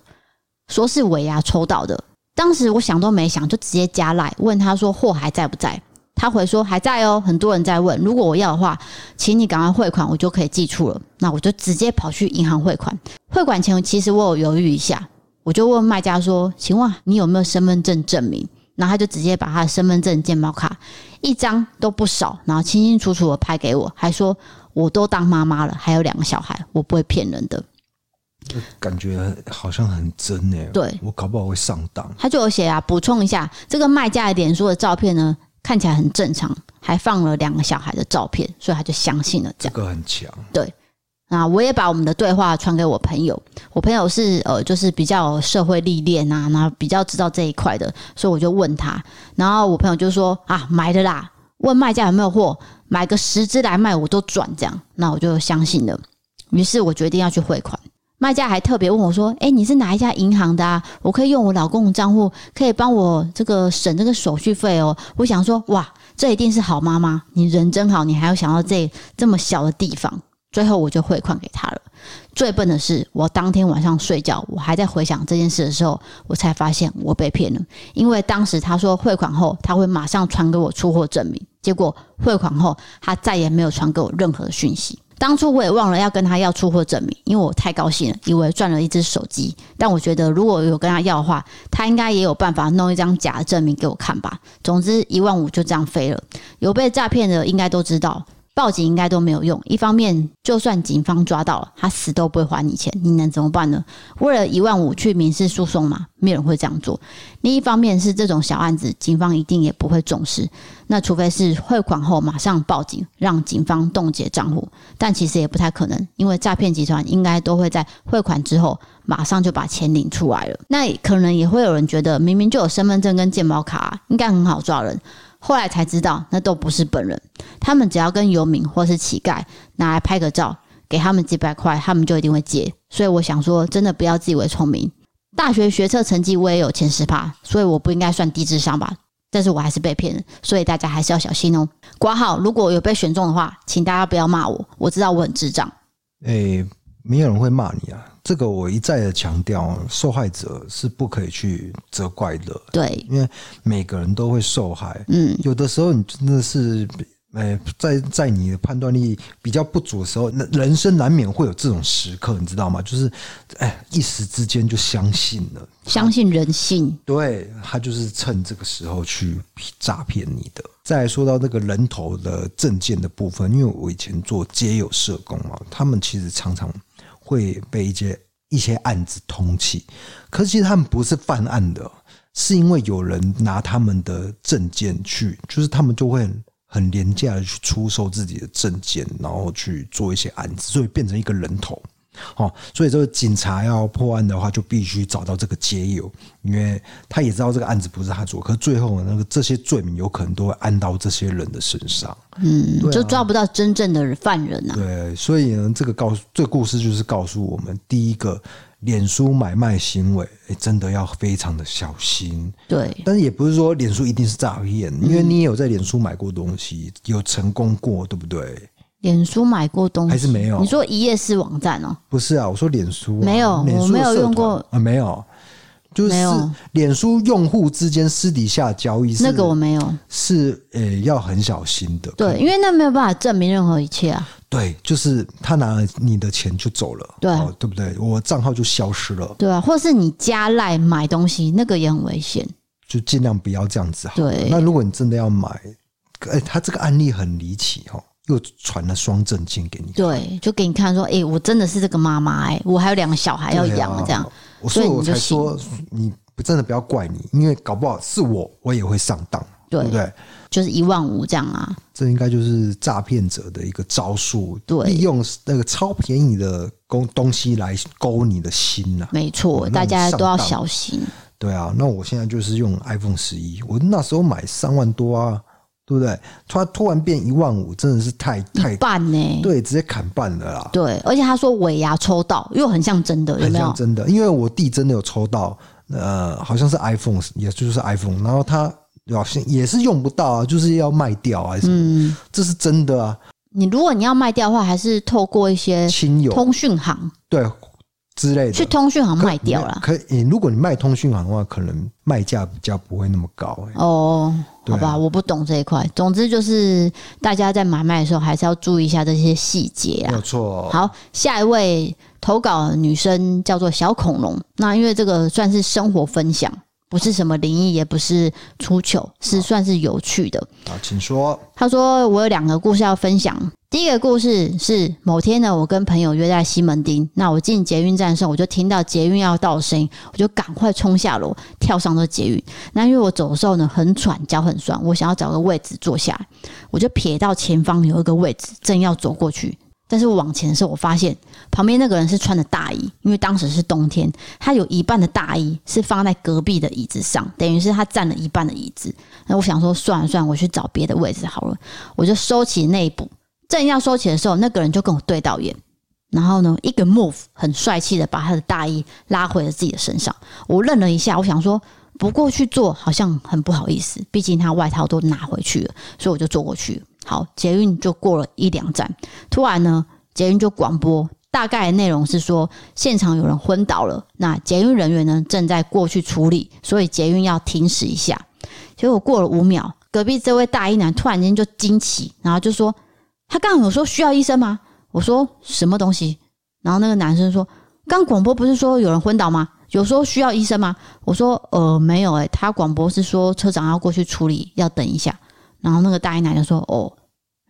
[SPEAKER 2] 说是尾牙抽到的。当时我想都没想，就直接加赖问他说货还在不在。他回说还在哦，很多人在问，如果我要的话，请你赶快汇款，我就可以寄出了。那我就直接跑去银行汇款。汇款前其实我有犹豫一下，我就问卖家说：“请问啊你有没有身份证证明？”然后他就直接把他的身份证、健保卡一张都不少，然后清清楚楚的拍给我，还说我都当妈妈了，还有两个小孩，我不会骗人的。
[SPEAKER 1] 感觉好像很真哎、
[SPEAKER 2] 对
[SPEAKER 1] 我搞不好会上当。
[SPEAKER 2] 他就有写啊，补充一下，这个卖家的脸书的照片呢，看起来很正常，还放了两个小孩的照片，所以他就相信了这
[SPEAKER 1] 这
[SPEAKER 2] 样。
[SPEAKER 1] 个很强，
[SPEAKER 2] 啊，我也把我们的对话传给我朋友，我朋友是呃，就是比较有社会历练啊，然后比较知道这一块的，所以我就问他，然后我朋友就说啊，买的啦，问卖家有没有货，买个十只来卖我都赚这样，那我就相信了，于是我决定要去汇款。卖家还特别问我说：“哎、你是哪一家银行的啊？我可以用我老公的账户，可以帮我这个省这个手续费哦。”我想说，哇，这一定是好妈妈，你人真好，你还要想到这这么小的地方。最后我就汇款给他了。最笨的是，我当天晚上睡觉，我还在回想这件事的时候，我才发现我被骗了。因为当时他说汇款后他会马上传给我出货证明，结果汇款后他再也没有传给我任何的讯息。当初我也忘了要跟他要出货证明，因为我太高兴了，以为赚了一只手机。但我觉得如果有跟他要的话，他应该也有办法弄一张假的证明给我看吧。总之一万五就这样飞了。有被诈骗的应该都知道，报警应该都没有用。一方面，就算警方抓到了，他死都不会还你钱，你能怎么办呢？为了一万五去民事诉讼嘛，没有人会这样做。另一方面是这种小案子，警方一定也不会重视。那除非是汇款后马上报警，让警方冻结账户，但其实也不太可能，因为诈骗集团应该都会在汇款之后马上就把钱领出来了。那可能也会有人觉得，明明就有身份证跟健保卡啊、应该很好抓人。后来才知道，那都不是本人，他们只要跟游民或是乞丐拿来拍个照，给他们几百块，他们就一定会接。所以我想说，真的不要自以为聪明。大学学测成绩我也有前十趴，所以我不应该算低智商吧？但是我还是被骗了，所以大家还是要小心哦。挂号，如果有被选中的话，请大家不要骂我，我知道我很智障。
[SPEAKER 1] 哎、没有人会骂你啊。这个我一再的强调，受害者是不可以去责怪的，
[SPEAKER 2] 对，
[SPEAKER 1] 因为每个人都会受害。
[SPEAKER 2] 嗯，
[SPEAKER 1] 有的时候你真的是，哎、在在你的判断力比较不足的时候，那人生难免会有这种时刻，你知道吗？就是，哎、一时之间就相信了，
[SPEAKER 2] 相信人性。
[SPEAKER 1] 对他就是趁这个时候去诈骗你的。再来说到那个人头的证件的部分，因为我以前做街友社工嘛，他们其实常常会被一些一些案子通缉，可是其实他们不是犯案的，是因为有人拿他们的证件去，就是他们就会很很廉价的去出售自己的证件，然后去做一些案子，所以变成一个人头。哦，所以这个警察要破案的话，就必须找到这个街友，因为他也知道这个案子不是他做，可是最后那个这些罪名有可能都会按到这些人的身上。
[SPEAKER 2] 嗯，
[SPEAKER 1] 对啊
[SPEAKER 2] 就抓不到真正的犯人啊。
[SPEAKER 1] 对，所以呢，这个告诉这个故事就是告诉我们，第一个，脸书买卖行为，哎、真的要非常的小心。
[SPEAKER 2] 对，
[SPEAKER 1] 但是也不是说脸书一定是诈骗，因
[SPEAKER 2] 嗯
[SPEAKER 1] 为你也有在脸书买过东西，有成功过，对不对？
[SPEAKER 2] 脸书买过东西
[SPEAKER 1] 还是哦没有
[SPEAKER 2] 你说一页式网站哦、
[SPEAKER 1] 不是啊，我说脸书啊、
[SPEAKER 2] 没有
[SPEAKER 1] 脸书
[SPEAKER 2] 我没有
[SPEAKER 1] 的社
[SPEAKER 2] 用
[SPEAKER 1] 团
[SPEAKER 2] 过
[SPEAKER 1] 啊，没有，就是
[SPEAKER 2] 没有
[SPEAKER 1] 脸书用户之间私底下交易是嗯
[SPEAKER 2] 那个我没有。
[SPEAKER 1] 是呃、要很小心的。
[SPEAKER 2] 对，因为那没有办法证明任何一切啊。
[SPEAKER 1] 对，就是他拿了你的钱就走了，
[SPEAKER 2] 对
[SPEAKER 1] 哦对不对？我账号就消失了，
[SPEAKER 2] 对啊，或是你加赖买东西，那个也很危险。
[SPEAKER 1] 就尽量不要这样子好了。
[SPEAKER 2] 对
[SPEAKER 1] 那如果你真的要买，哎、他这个案例很离奇哦，又传了双证件给你，
[SPEAKER 2] 对，就给你看说，诶，我真的是这个妈妈，诶，我还有两个小孩要
[SPEAKER 1] 对啊
[SPEAKER 2] 养，这样。
[SPEAKER 1] 我
[SPEAKER 2] 所
[SPEAKER 1] 所
[SPEAKER 2] 以
[SPEAKER 1] 以
[SPEAKER 2] 你
[SPEAKER 1] 我
[SPEAKER 2] 就
[SPEAKER 1] 才说你真的不要怪你，因为搞不好是我，我也会上当，
[SPEAKER 2] 对
[SPEAKER 1] 对不对？
[SPEAKER 2] 就是一万五这样啊。
[SPEAKER 1] 这应该就是诈骗者的一个招数，
[SPEAKER 2] 对
[SPEAKER 1] 利用那个超便宜的东东西来勾你的心呐、
[SPEAKER 2] 没错，
[SPEAKER 1] 哦那
[SPEAKER 2] 大
[SPEAKER 1] 你
[SPEAKER 2] 家
[SPEAKER 1] 上
[SPEAKER 2] 都要
[SPEAKER 1] 当
[SPEAKER 2] 小心。
[SPEAKER 1] 对啊，那我现在就是用 iPhone 十一，我那时候买三万多啊，对不对？它突然变一万五，真的是太太
[SPEAKER 2] 一半呢、
[SPEAKER 1] 对，直接砍半了啦，
[SPEAKER 2] 对，而且他说尾牙抽到，又很像真的，有
[SPEAKER 1] 很
[SPEAKER 2] 没
[SPEAKER 1] 像
[SPEAKER 2] 有？
[SPEAKER 1] 真的。因为我弟真的有抽到，呃，好像是 iPhone，也就是 iPhone，然后他好像也是用不到啊，就是要卖掉啊，还是什么
[SPEAKER 2] 嗯，
[SPEAKER 1] 这是真的啊，
[SPEAKER 2] 你如果你要卖掉的话，还是透过一些
[SPEAKER 1] 亲友
[SPEAKER 2] 通讯行
[SPEAKER 1] 对之类的
[SPEAKER 2] 去通讯行卖掉了。
[SPEAKER 1] 可以，如果你卖通讯行的话，可能卖价比较不会那么高、欸。
[SPEAKER 2] 哦，好
[SPEAKER 1] 对啊
[SPEAKER 2] 吧，我不懂这一块。总之就是大家在买卖的时候，还是要注意一下这些细节
[SPEAKER 1] 没
[SPEAKER 2] 啊
[SPEAKER 1] 有。错，
[SPEAKER 2] 好，下一位投稿的女生叫做小恐龙。那因为这个算是生活分享，不是什么灵异，也不是出糗，是算是有趣的。
[SPEAKER 1] 好，啊请说。
[SPEAKER 2] 他说：“我有两个故事要分享。第一个故事是某天呢，我跟朋友约在西门町，那我进捷运站的时候，我就听到捷运要到的声音，我就赶快冲下楼，跳上这捷运。那因为我走的时候呢，很喘，脚很酸，我想要找个位置坐下来，我就瞥到前方有一个位置，正要走过去。”但是我往前的时候，我发现旁边那个人是穿的大衣，因为当时是冬天，他有一半的大衣是放在隔壁的椅子上，等于是他占了一半的椅子。那我想说，算了算了，我去找别的位置好了。我就收起那一步，正要收起的时候，那个人就跟我对到眼，然后呢，一个 move 很帅气的把他的大衣拉回了自己的身上。我愣了一下，我想说不过去做好像很不好意思，毕竟他外套都拿回去了，所以我就坐过去了。好，捷运就过了一两站，突然呢，捷运就广播。大概的内容是说，现场有人昏倒了，那捷运人员呢正在过去处理，所以捷运要停驶一下。结果过了五秒，隔壁这位大衣男突然间就惊奇，然后就说：“他刚刚有说需要医生吗？”我说：“什么东西？”然后那个男生说：“刚广播不是说有人昏倒吗？有说需要医生吗？”我说：“呃，没有诶、他广播是说车长要过去处理，要等一下。”然后那个大衣男就说：“哦。”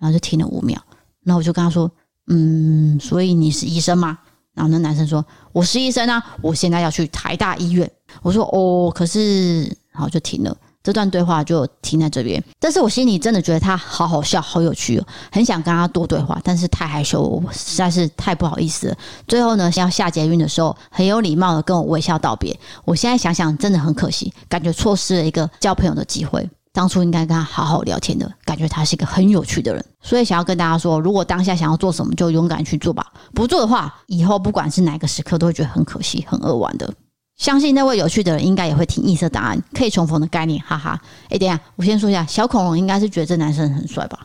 [SPEAKER 2] 然后就停了五秒。然后我就跟他说：“嗯，所以你是医生吗？”然后那男生说：“我是医生啊，我现在要去台大医院。”我说：“哦，可是……”然后就停了。这段对话就停在这边。但是我心里真的觉得他好好笑，好有趣哦，很想跟他多对话，但是太害羞了，我实在是太不好意思了。最后呢，要下捷运的时候，很有礼貌的跟我微笑道别。我现在想想，真的很可惜，感觉错失了一个交朋友的机会。当初应该跟他好好聊天的，感觉他是一个很有趣的人，所以想要跟大家说，如果当下想要做什么，就勇敢去做吧。不做的话，以后不管是哪个时刻，都会觉得很可惜、很扼腕的。相信那位有趣的人应该也会听异色答案，可以重逢的概念，哈哈。哎、等一下，我先说一下，小恐龙应该是觉得这男生很帅吧？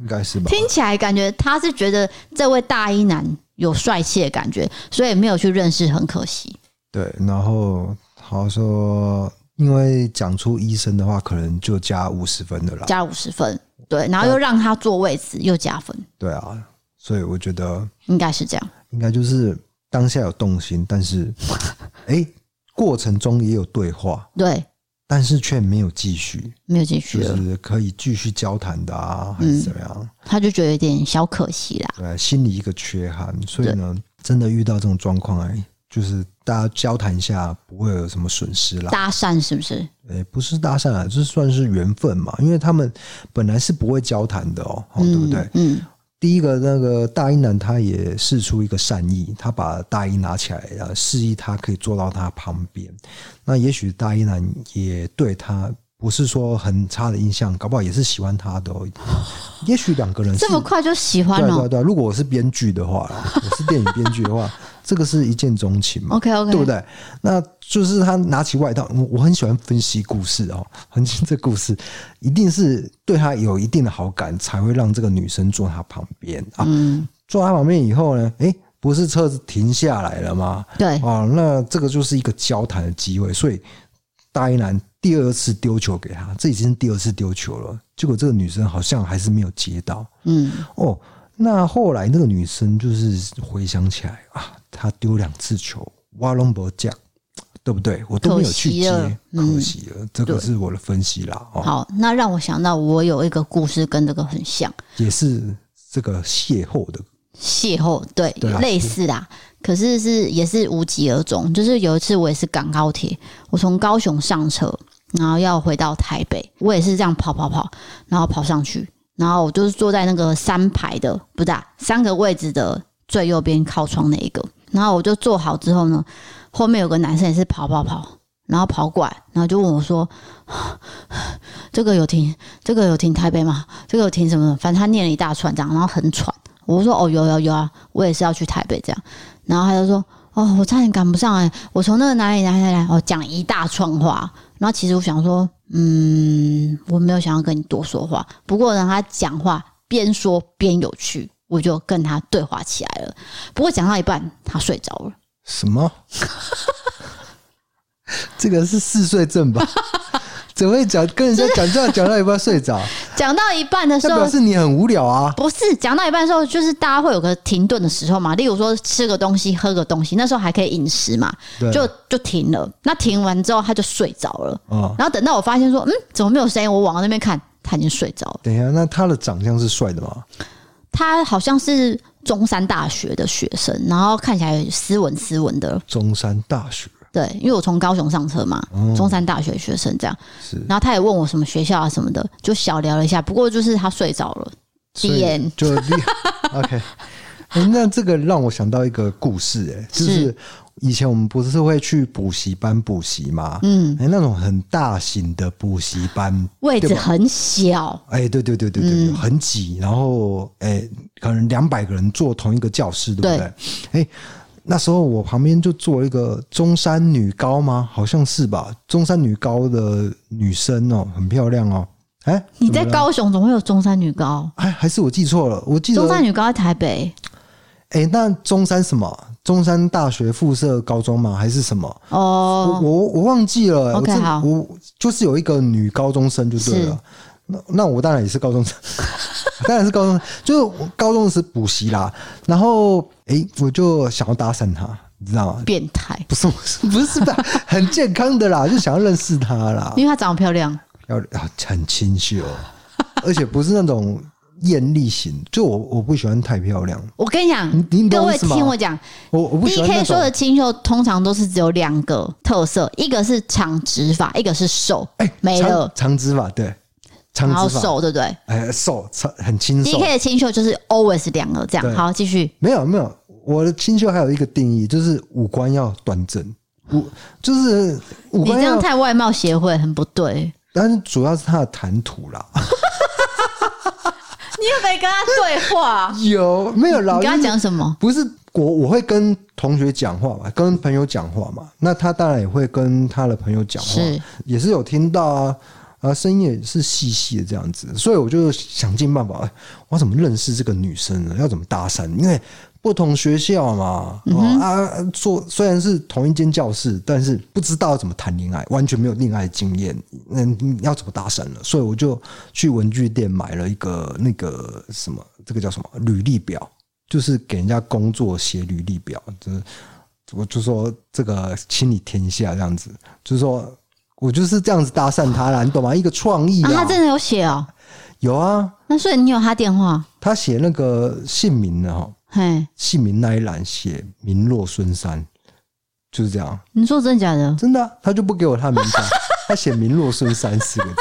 [SPEAKER 1] 应该是吧？
[SPEAKER 2] 听起来感觉他是觉得这位大一男有帅气的感觉，所以没有去认识，很可惜。
[SPEAKER 1] 对，然后好说，因为讲出医生的话，可能就加五十分的啦。
[SPEAKER 2] 加五十分，对，然后又让他坐位置，又加分，
[SPEAKER 1] 对啊，所以我觉得
[SPEAKER 2] 应该是这样。
[SPEAKER 1] 应该就是当下有动心，但是哎、过程中也有对话，
[SPEAKER 2] 对，
[SPEAKER 1] 但是却没有继续，
[SPEAKER 2] 没有进去
[SPEAKER 1] 就
[SPEAKER 2] 了，
[SPEAKER 1] 是可以继续交谈的啊，还是怎么样？
[SPEAKER 2] 他就觉得有点小可惜啦。
[SPEAKER 1] 对，呃心里一个缺憾，所以呢，真的遇到这种状况，哎，就是大家交谈一下，不会有什么损失啦。
[SPEAKER 2] 搭讪是不是？
[SPEAKER 1] 哎，不是搭讪啊，这算是缘分嘛，因为他们本来是不会交谈的哦，哦对不对？
[SPEAKER 2] 嗯，
[SPEAKER 1] 第一个那个大一男他也试出一个善意，他把大一拿起来，然后示意他可以坐到他旁边。那也许大一男也对他。不是说很差的印象，搞不好也是喜欢他 的哦。也许两个人是
[SPEAKER 2] 这么快就喜欢哦
[SPEAKER 1] 对啊
[SPEAKER 2] 了、
[SPEAKER 1] 对啊对啊，如果我是编剧的话啦，我是电影编剧的话，这个是一见钟情嘛
[SPEAKER 2] OK OK，
[SPEAKER 1] 啊对不对？那就是他拿起外套，我我很喜欢分析故事哦，很这故事一定是对他有一定的好感，才会让这个女生坐他旁边啊。
[SPEAKER 2] 嗯，
[SPEAKER 1] 坐他旁边以后呢，诶，不是车子停下来了吗？
[SPEAKER 2] 对，
[SPEAKER 1] 哦，那这个就是一个交谈的机会，所以大一男第二次丢球给他，这已经是第二次丢球了，结果这个女生好像还是没有接到
[SPEAKER 2] 嗯，
[SPEAKER 1] 哦。那后来那个女生就是回想起来啊，她丢两次球，挖龙博酱，对不对？我都没有去
[SPEAKER 2] 可
[SPEAKER 1] 接，
[SPEAKER 2] 惜
[SPEAKER 1] 可
[SPEAKER 2] 了
[SPEAKER 1] 惜
[SPEAKER 2] 嗯
[SPEAKER 1] 了，这个是我的分析啦。哦，
[SPEAKER 2] 好，那让我想到我有一个故事跟这个很像，
[SPEAKER 1] 也是这个邂逅的，
[SPEAKER 2] 邂逅，对，
[SPEAKER 1] 对啊
[SPEAKER 2] 类似啦，可是是也是无疾而终。就是有一次我也是赶高铁，我从高雄上车，然后要回到台北，我也是这样跑跑跑，然后跑上去，然后我就是坐在那个三排的，不是、啊、三个位置的最右边靠窗那一个，然后我就坐好之后呢，后面有个男生也是跑跑跑。然后跑过来，然后就问我说：“ 这个有停，这个有停台北吗？这个有停什么的？”反正他念了一大串这样，然后很喘。我说哦，有有有啊，我也是要去台北这样。然后他就说哦，我差点赶不上哎、我从那个哪里哪里哪里来，哦，讲一大串话。然后其实我想说，嗯，我没有想要跟你多说话，不过呢，他讲话边说边有趣，我就跟他对话起来了。不过讲到一半，他睡着了。
[SPEAKER 1] 什么？ 这个是嗜睡 症吧？怎么会讲跟人家讲这样讲到一半 睡着？
[SPEAKER 2] 讲到一半的时
[SPEAKER 1] 那
[SPEAKER 2] 候
[SPEAKER 1] 表，示你很无聊啊。
[SPEAKER 2] 不是讲到一半的时候，就是大家会有个停顿的时候嘛，例如说吃个东西、喝个东西，那时候还可以饮食嘛，
[SPEAKER 1] 对
[SPEAKER 2] 就就停了。那停完之后，他就睡着了。
[SPEAKER 1] 哦，
[SPEAKER 2] 然后等到我发现说，嗯，怎么没有声音？我往那边看，他已经睡着了。
[SPEAKER 1] 等一下，那他的长相是帅的吗？
[SPEAKER 2] 他好像是中山大学的学生，然后看起来斯文斯文的，
[SPEAKER 1] 中山大学
[SPEAKER 2] 对，因为我从高雄上车嘛，中山大学学生这样。
[SPEAKER 1] 哦是，
[SPEAKER 2] 然后他也问我什么学校啊什么的，就小聊了一下。不过就是他睡着了，
[SPEAKER 1] 所以
[SPEAKER 2] end
[SPEAKER 1] 就 OK、诶那这个让我想到一个故事、诶，就是
[SPEAKER 2] 是
[SPEAKER 1] 以前我们不是会去补习班补习吗？
[SPEAKER 2] 嗯，
[SPEAKER 1] 诶那种很大型的补习班，
[SPEAKER 2] 位置
[SPEAKER 1] 对吧
[SPEAKER 2] 很小，
[SPEAKER 1] 哎、对对对对对，
[SPEAKER 2] 嗯
[SPEAKER 1] 对很挤，然后哎、可能两百个人坐同一个教室，对不对？哎、那时候我旁边就坐一个中山女高吗？好像是吧，中山女高的女生哦、很漂亮哦、哎、
[SPEAKER 2] 你
[SPEAKER 1] 怎
[SPEAKER 2] 在
[SPEAKER 1] 么了？
[SPEAKER 2] 高雄总会有中山女高，
[SPEAKER 1] 哎，还是我记错了，我记得
[SPEAKER 2] 中山女高在台北
[SPEAKER 1] 哎、那中山什么？中山大学附设高中吗？还是什么？我
[SPEAKER 2] 哦，
[SPEAKER 1] 我我忘记了、哎
[SPEAKER 2] OK，
[SPEAKER 1] 我这
[SPEAKER 2] 好
[SPEAKER 1] 我就是有一个女高中生就对了。那那我当然也是高 中生，当然是高中生，就是我高中时补习啦。然后哎、我就想要搭讪她，你知道吗？
[SPEAKER 2] 变态，
[SPEAKER 1] 不是 不是不是吧，很健康的啦，就想要认识她啦。
[SPEAKER 2] 因为她长得漂亮，
[SPEAKER 1] 要啊很清 秀，而且不是那种艳丽型，就我我不喜欢太漂亮，
[SPEAKER 2] 我跟你讲
[SPEAKER 1] 你，你懂
[SPEAKER 2] 各位
[SPEAKER 1] 我意思吗
[SPEAKER 2] 听我讲
[SPEAKER 1] 我我不喜
[SPEAKER 2] ，D
[SPEAKER 1] 欢那
[SPEAKER 2] K 说的
[SPEAKER 1] 种。
[SPEAKER 2] 清秀通常都是只有两个特色，一个是长直发，一个是瘦，
[SPEAKER 1] 哎，
[SPEAKER 2] 没
[SPEAKER 1] 长
[SPEAKER 2] 了，
[SPEAKER 1] 长直发对，长
[SPEAKER 2] 然后
[SPEAKER 1] 直发，
[SPEAKER 2] 瘦，对不对
[SPEAKER 1] 哎，瘦，长很清
[SPEAKER 2] ？D
[SPEAKER 1] 瘦。
[SPEAKER 2] K 的清秀就是 always 两个这样。
[SPEAKER 1] 对
[SPEAKER 2] 好，继续，
[SPEAKER 1] 没有没有，我的清秀还有一个定义，就是五官要端正，五就是五
[SPEAKER 2] 你
[SPEAKER 1] 官
[SPEAKER 2] 这样
[SPEAKER 1] 要，
[SPEAKER 2] 太外貌协会很不对。
[SPEAKER 1] 但是主要是他的谈吐 啦。
[SPEAKER 2] 你又没跟他对 话，
[SPEAKER 1] 有没有啦？
[SPEAKER 2] 你跟他
[SPEAKER 1] 就是
[SPEAKER 2] 讲什么？
[SPEAKER 1] 不是我，我会跟同学讲话嘛，跟朋友讲话嘛。那他当然也会跟他的朋友讲话，
[SPEAKER 2] 是
[SPEAKER 1] 也是有听到啊，啊，声音也是细细的这样子。所以我就想尽办法，哎我要怎么认识这个女生呢？要怎么搭讪？因为不同学校嘛，哦、啊，做虽然是同一间教室，但是不知道怎么谈恋爱，完全没有恋爱经验，那、嗯、要怎么搭讪呢？所以我就去文具店买了一个那个什么，这个叫什么履历表。就是给人家工作写履历表，就是我就说这个亲你天下这样子，就是说我就是这样子搭讪他啦，你懂吗？一个创意
[SPEAKER 2] 啊，
[SPEAKER 1] 啦，
[SPEAKER 2] 他真的有写哦。
[SPEAKER 1] 有啊，
[SPEAKER 2] 那所以你有他电话？
[SPEAKER 1] 他写那个姓名的哈，
[SPEAKER 2] 嘿，
[SPEAKER 1] 姓名那一栏写名落孙山，就是这样，
[SPEAKER 2] 你说真的假的？
[SPEAKER 1] 真的啊、他就不给我他名 字啊，他写名落孙山四个字。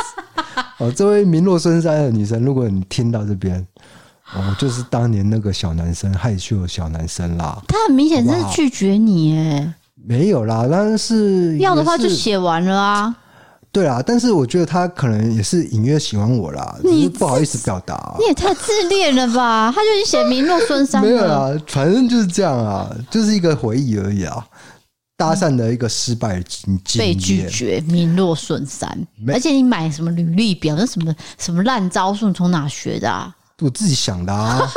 [SPEAKER 1] 哦，这位名落孙山的女生，如果你听到这边，哦，就是当年那个小男生害羞的小男生啦。
[SPEAKER 2] 他很明显
[SPEAKER 1] 好
[SPEAKER 2] 是
[SPEAKER 1] 不好
[SPEAKER 2] 拒绝你耶，
[SPEAKER 1] 没有啦，但是
[SPEAKER 2] 要的话
[SPEAKER 1] 也
[SPEAKER 2] 就是写完了啊。
[SPEAKER 1] 对啦，但是我觉得他可能也是隐约喜欢我啦，只是不好意思表达、啊。
[SPEAKER 2] 你也太自恋了吧！他就已经写名落孙山
[SPEAKER 1] 没有
[SPEAKER 2] 了。
[SPEAKER 1] 啦，反正就是这样啊，就是一个回忆而已啊。搭讪的一个失败经经
[SPEAKER 2] 被拒
[SPEAKER 1] 验，
[SPEAKER 2] 绝，名落孙山。
[SPEAKER 1] 没
[SPEAKER 2] 而且你买什么履历表，那什么什么烂招数，你从哪学的啊？
[SPEAKER 1] 我自己想的啊。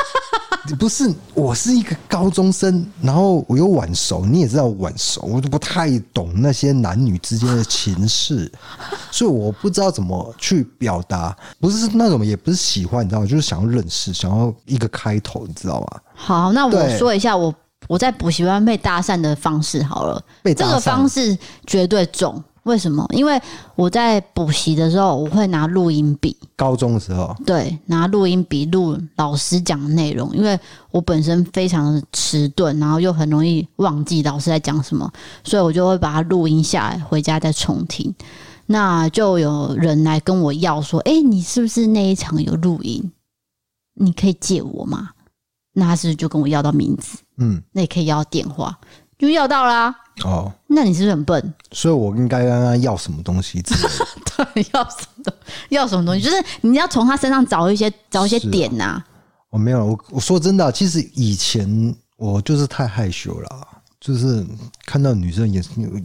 [SPEAKER 1] 不是，我是一个高中生，然后我又晚熟，你也知道我晚熟，我就不太懂那些男女之间的情事，所以我不知道怎么去表达，不是那种也不是喜欢，你知道吗？就是想要认识，想要一个开头，你知道吗？
[SPEAKER 2] 好，那我
[SPEAKER 1] 对
[SPEAKER 2] 说一下我我在补习班被搭讪的方式好了。
[SPEAKER 1] 被
[SPEAKER 2] 这
[SPEAKER 1] 搭
[SPEAKER 2] 个
[SPEAKER 1] 讪
[SPEAKER 2] 方式绝对中，为什么？因为我在补习的时候，我会拿录音笔，
[SPEAKER 1] 高中的时候，
[SPEAKER 2] 对，拿录音笔录老师讲的内容，因为我本身非常的迟钝，然后又很容易忘记老师在讲什么，所以我就会把它录音下来，回家再重听。那就有人来跟我要说：“诶，你是不是那一场有录音？你可以借我吗？”那他是不是就跟我要到名字，
[SPEAKER 1] 嗯，
[SPEAKER 2] 那也可以要电话，就要到啦、
[SPEAKER 1] 哦，
[SPEAKER 2] 那你是不是很笨？
[SPEAKER 1] 所以我应该跟他要什么东西之类的，
[SPEAKER 2] 对，要什么东要什么东西？就是你要从他身上找一些找一些
[SPEAKER 1] 是啊
[SPEAKER 2] 点呐、
[SPEAKER 1] 我没有，我我说真的啊，其实以前我就是太害羞了啊。就是看到女生眼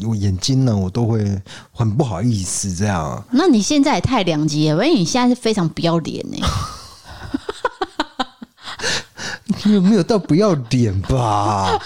[SPEAKER 1] 我眼睛呢，我都会很不好意思这样 啊。
[SPEAKER 2] 那你现在也太两极了，因为你现在是非常不要脸 呢、
[SPEAKER 1] 没有没有到不要脸吧？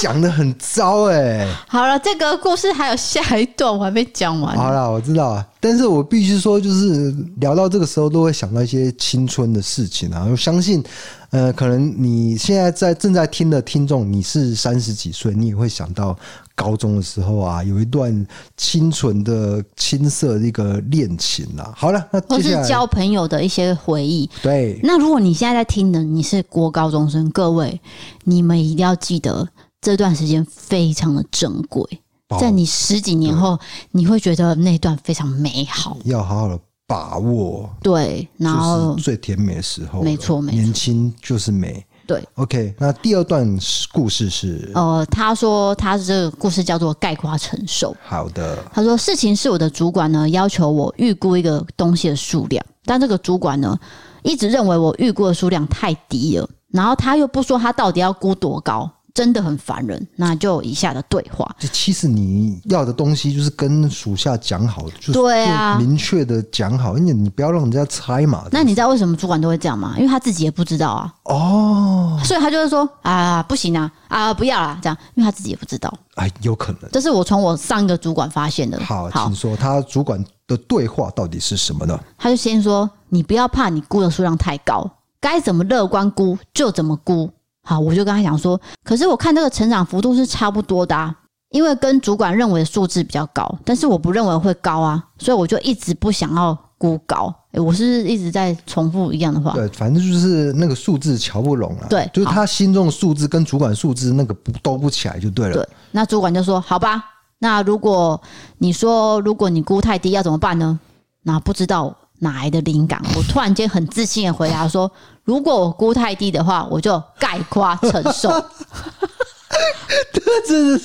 [SPEAKER 1] 讲的很糟哎、
[SPEAKER 2] 好了，这个故事还有下一段，我还没讲完。
[SPEAKER 1] 好啦，我知道啊，但是我必须说，就是聊到这个时候，都会想到一些青春的事情啊。我相信，呃，可能你现在在正在听的听众，你是三十几岁，你也会想到高中的时候啊，有一段清纯的青涩的一个恋情啊。好了，那
[SPEAKER 2] 或哦
[SPEAKER 1] 接
[SPEAKER 2] 是
[SPEAKER 1] 下来
[SPEAKER 2] 交朋友的一些回忆。
[SPEAKER 1] 对
[SPEAKER 2] 那如果你现在在听的，你是国高中生，各位，你们一定要记得这段时间非常的珍贵，
[SPEAKER 1] 宝
[SPEAKER 2] 在你十几年后，你会觉得那段非常美好。
[SPEAKER 1] 要好好的把握，
[SPEAKER 2] 对，然后
[SPEAKER 1] 就是最甜美的时候了，
[SPEAKER 2] 没错没错
[SPEAKER 1] 年轻就是美。
[SPEAKER 2] 对
[SPEAKER 1] ，OK，那第二段故事是、
[SPEAKER 2] 呃，他说他这个故事叫做概括承受。
[SPEAKER 1] 好的，
[SPEAKER 2] 他说事情是我的主管呢要求我预估一个东西的数量，但这个主管呢一直认为我预估的数量太低了，然后他又不说他到底要估多高，真的很烦人。那就有以下的对话，
[SPEAKER 1] 就其实你要的东西就是跟属下讲好，就是
[SPEAKER 2] 对啊
[SPEAKER 1] 就明确的讲好，因为你不要让人家猜嘛。
[SPEAKER 2] 那你知道为什么主管都会这样吗？因为他自己也不知道啊，
[SPEAKER 1] 哦，
[SPEAKER 2] 所以他就会说啊不行啊啊不要啦这样，因为他自己也不知道。
[SPEAKER 1] 哎，有可能。
[SPEAKER 2] 这是我从我上一个主管发现的。
[SPEAKER 1] 好，请说他主管的对话到底是什么呢？
[SPEAKER 2] 他就先说：“你不要怕，你估的数量太高，该怎么乐观估就怎么估。”好，我就跟他讲说：“可是我看这个成长幅度是差不多的、啊，因为跟主管认为的数字比较高，但是我不认为会高啊，所以我就一直不想要估高。诶我是不是一直在重复一样的话。
[SPEAKER 1] 对，反正就是那个数字瞧不拢了。啊
[SPEAKER 2] 对
[SPEAKER 1] 就是他心中的数字跟主管数字那个不兜不起来就对了。
[SPEAKER 2] 对，那主管就说：“好吧，那如果你说如果你估太低要怎么办呢？”那不知道哪来的灵感，我突然间很自信的回答说：“如果我估太低的话，我就概括承 受。”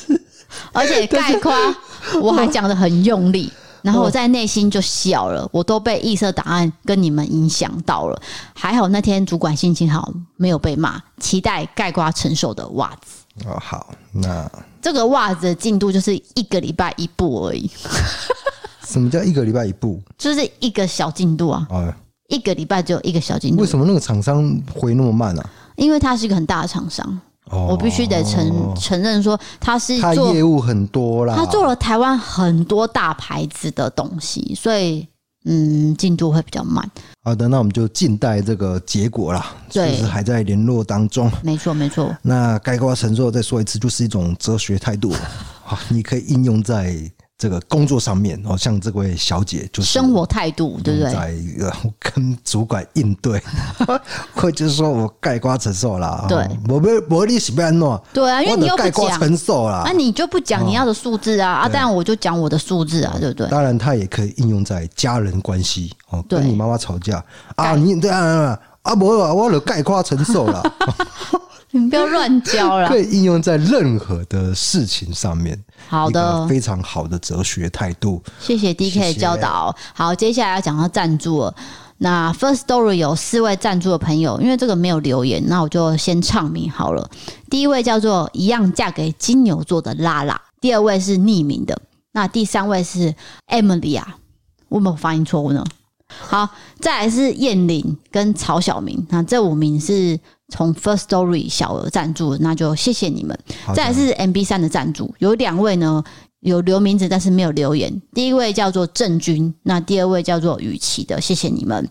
[SPEAKER 2] 而且概括我还讲的很用力，
[SPEAKER 1] 嗯
[SPEAKER 2] 然后我在内心就笑了，我都被异色档案跟你们影响到了。还好那天主管心情好，没有被骂。期待盖瓜承受的袜子，
[SPEAKER 1] 哦，好，那
[SPEAKER 2] 这个袜子的进度就是一个礼拜一步而已，
[SPEAKER 1] 什么叫一个礼拜一步
[SPEAKER 2] 就是一个小进度啊，
[SPEAKER 1] 啊？
[SPEAKER 2] 一个礼拜只有一个小进度
[SPEAKER 1] 为。什么那个厂商回那么慢呢、
[SPEAKER 2] 因为它是一个很大的厂商，
[SPEAKER 1] 哦，
[SPEAKER 2] 我必须得承承认说它是
[SPEAKER 1] 他
[SPEAKER 2] 做
[SPEAKER 1] 业务很多啦，
[SPEAKER 2] 他做了台湾很多大牌子的东西，所以嗯进度会比较慢。
[SPEAKER 1] 好的，那我们就静待这个结果啦，就
[SPEAKER 2] 对
[SPEAKER 1] 是还在联络当中。
[SPEAKER 2] 没错，没错。
[SPEAKER 1] 那概括承受再说一次，就是一种哲学态 度啊，你可以应用在这个工作上面哦，像这位小姐就是
[SPEAKER 2] 生活态度，对不对？
[SPEAKER 1] 在呃跟主管应 对，或者说我概括承受啦，
[SPEAKER 2] 对
[SPEAKER 1] 哦，我不我你是不要弄，
[SPEAKER 2] 对啊，因为你又
[SPEAKER 1] 我
[SPEAKER 2] 不
[SPEAKER 1] 概括
[SPEAKER 2] 讲，
[SPEAKER 1] 承受啦
[SPEAKER 2] 啊，。你就不讲你要的数字啊，啊，当然我就讲我的数字啊，对不对？
[SPEAKER 1] 当然，它也可以应用在家人关系哦，
[SPEAKER 2] 对
[SPEAKER 1] 跟你妈妈吵架啊，你对啊啊，不啊，我有概括承受 啦。
[SPEAKER 2] 你不要乱教啦
[SPEAKER 1] 可。以应用在任何的事情上面。
[SPEAKER 2] 好的
[SPEAKER 1] 一个非常好的哲学态度。
[SPEAKER 2] 谢谢 D K 的教导。好，接下来要讲到赞助了。那 First Story 有四位赞助的朋友，因为这个没有留言，那我就先唱名好了。第一位叫做“一样嫁给金牛座的拉拉”，第二位是匿名的，那第三位是 Emily 啊，我有没有发音错误呢？好，再来是燕玲跟曹小明，那这五名是从 First Story 小额赞助，那就谢谢你们。
[SPEAKER 1] 好的
[SPEAKER 2] 再来是 MB 三的赞助，有两位呢有留名字，但是没有留言。第一位叫做郑钧，那第二位叫做雨琦的，谢谢你们。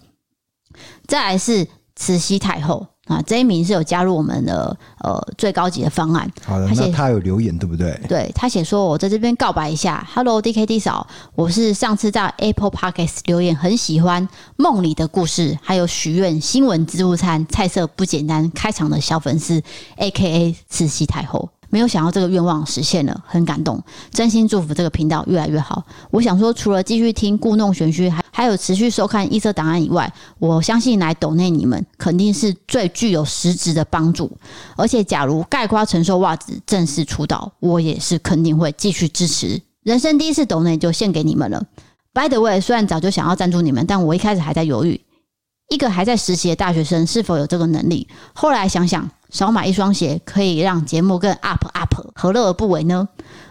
[SPEAKER 2] 再来是慈禧太后啊，这一名是有加入我们的呃最高级的方案，
[SPEAKER 1] 好的，
[SPEAKER 2] 而且
[SPEAKER 1] 那他有留言对 不对？
[SPEAKER 2] 对他写说：“我在这边告白一下，Hello DKD 嫂，我是上次在 Apple Podcast 留言很喜欢梦里的故事，还有许愿新闻自助餐菜色不简单开场的小粉丝，A.K.A 慈禧太后。”没有想到这个愿望实现了，很感动，真心祝福这个频道越来越好。我想说，除了继续听故弄玄虚，还还有持续收看异色档案以外，我相信来抖内你们肯定是最具有实质的帮助。而且，假如盖瓜承受袜子正式出道，我也是肯定会继续支持。人生第一次抖内就献给你们了。By the way，虽然早就想要赞助你们，但我一开始还在犹豫，一个还在实习的大学生是否有这个能力。后来想想，少买一双鞋可以让节目更 up up，何乐而不为呢？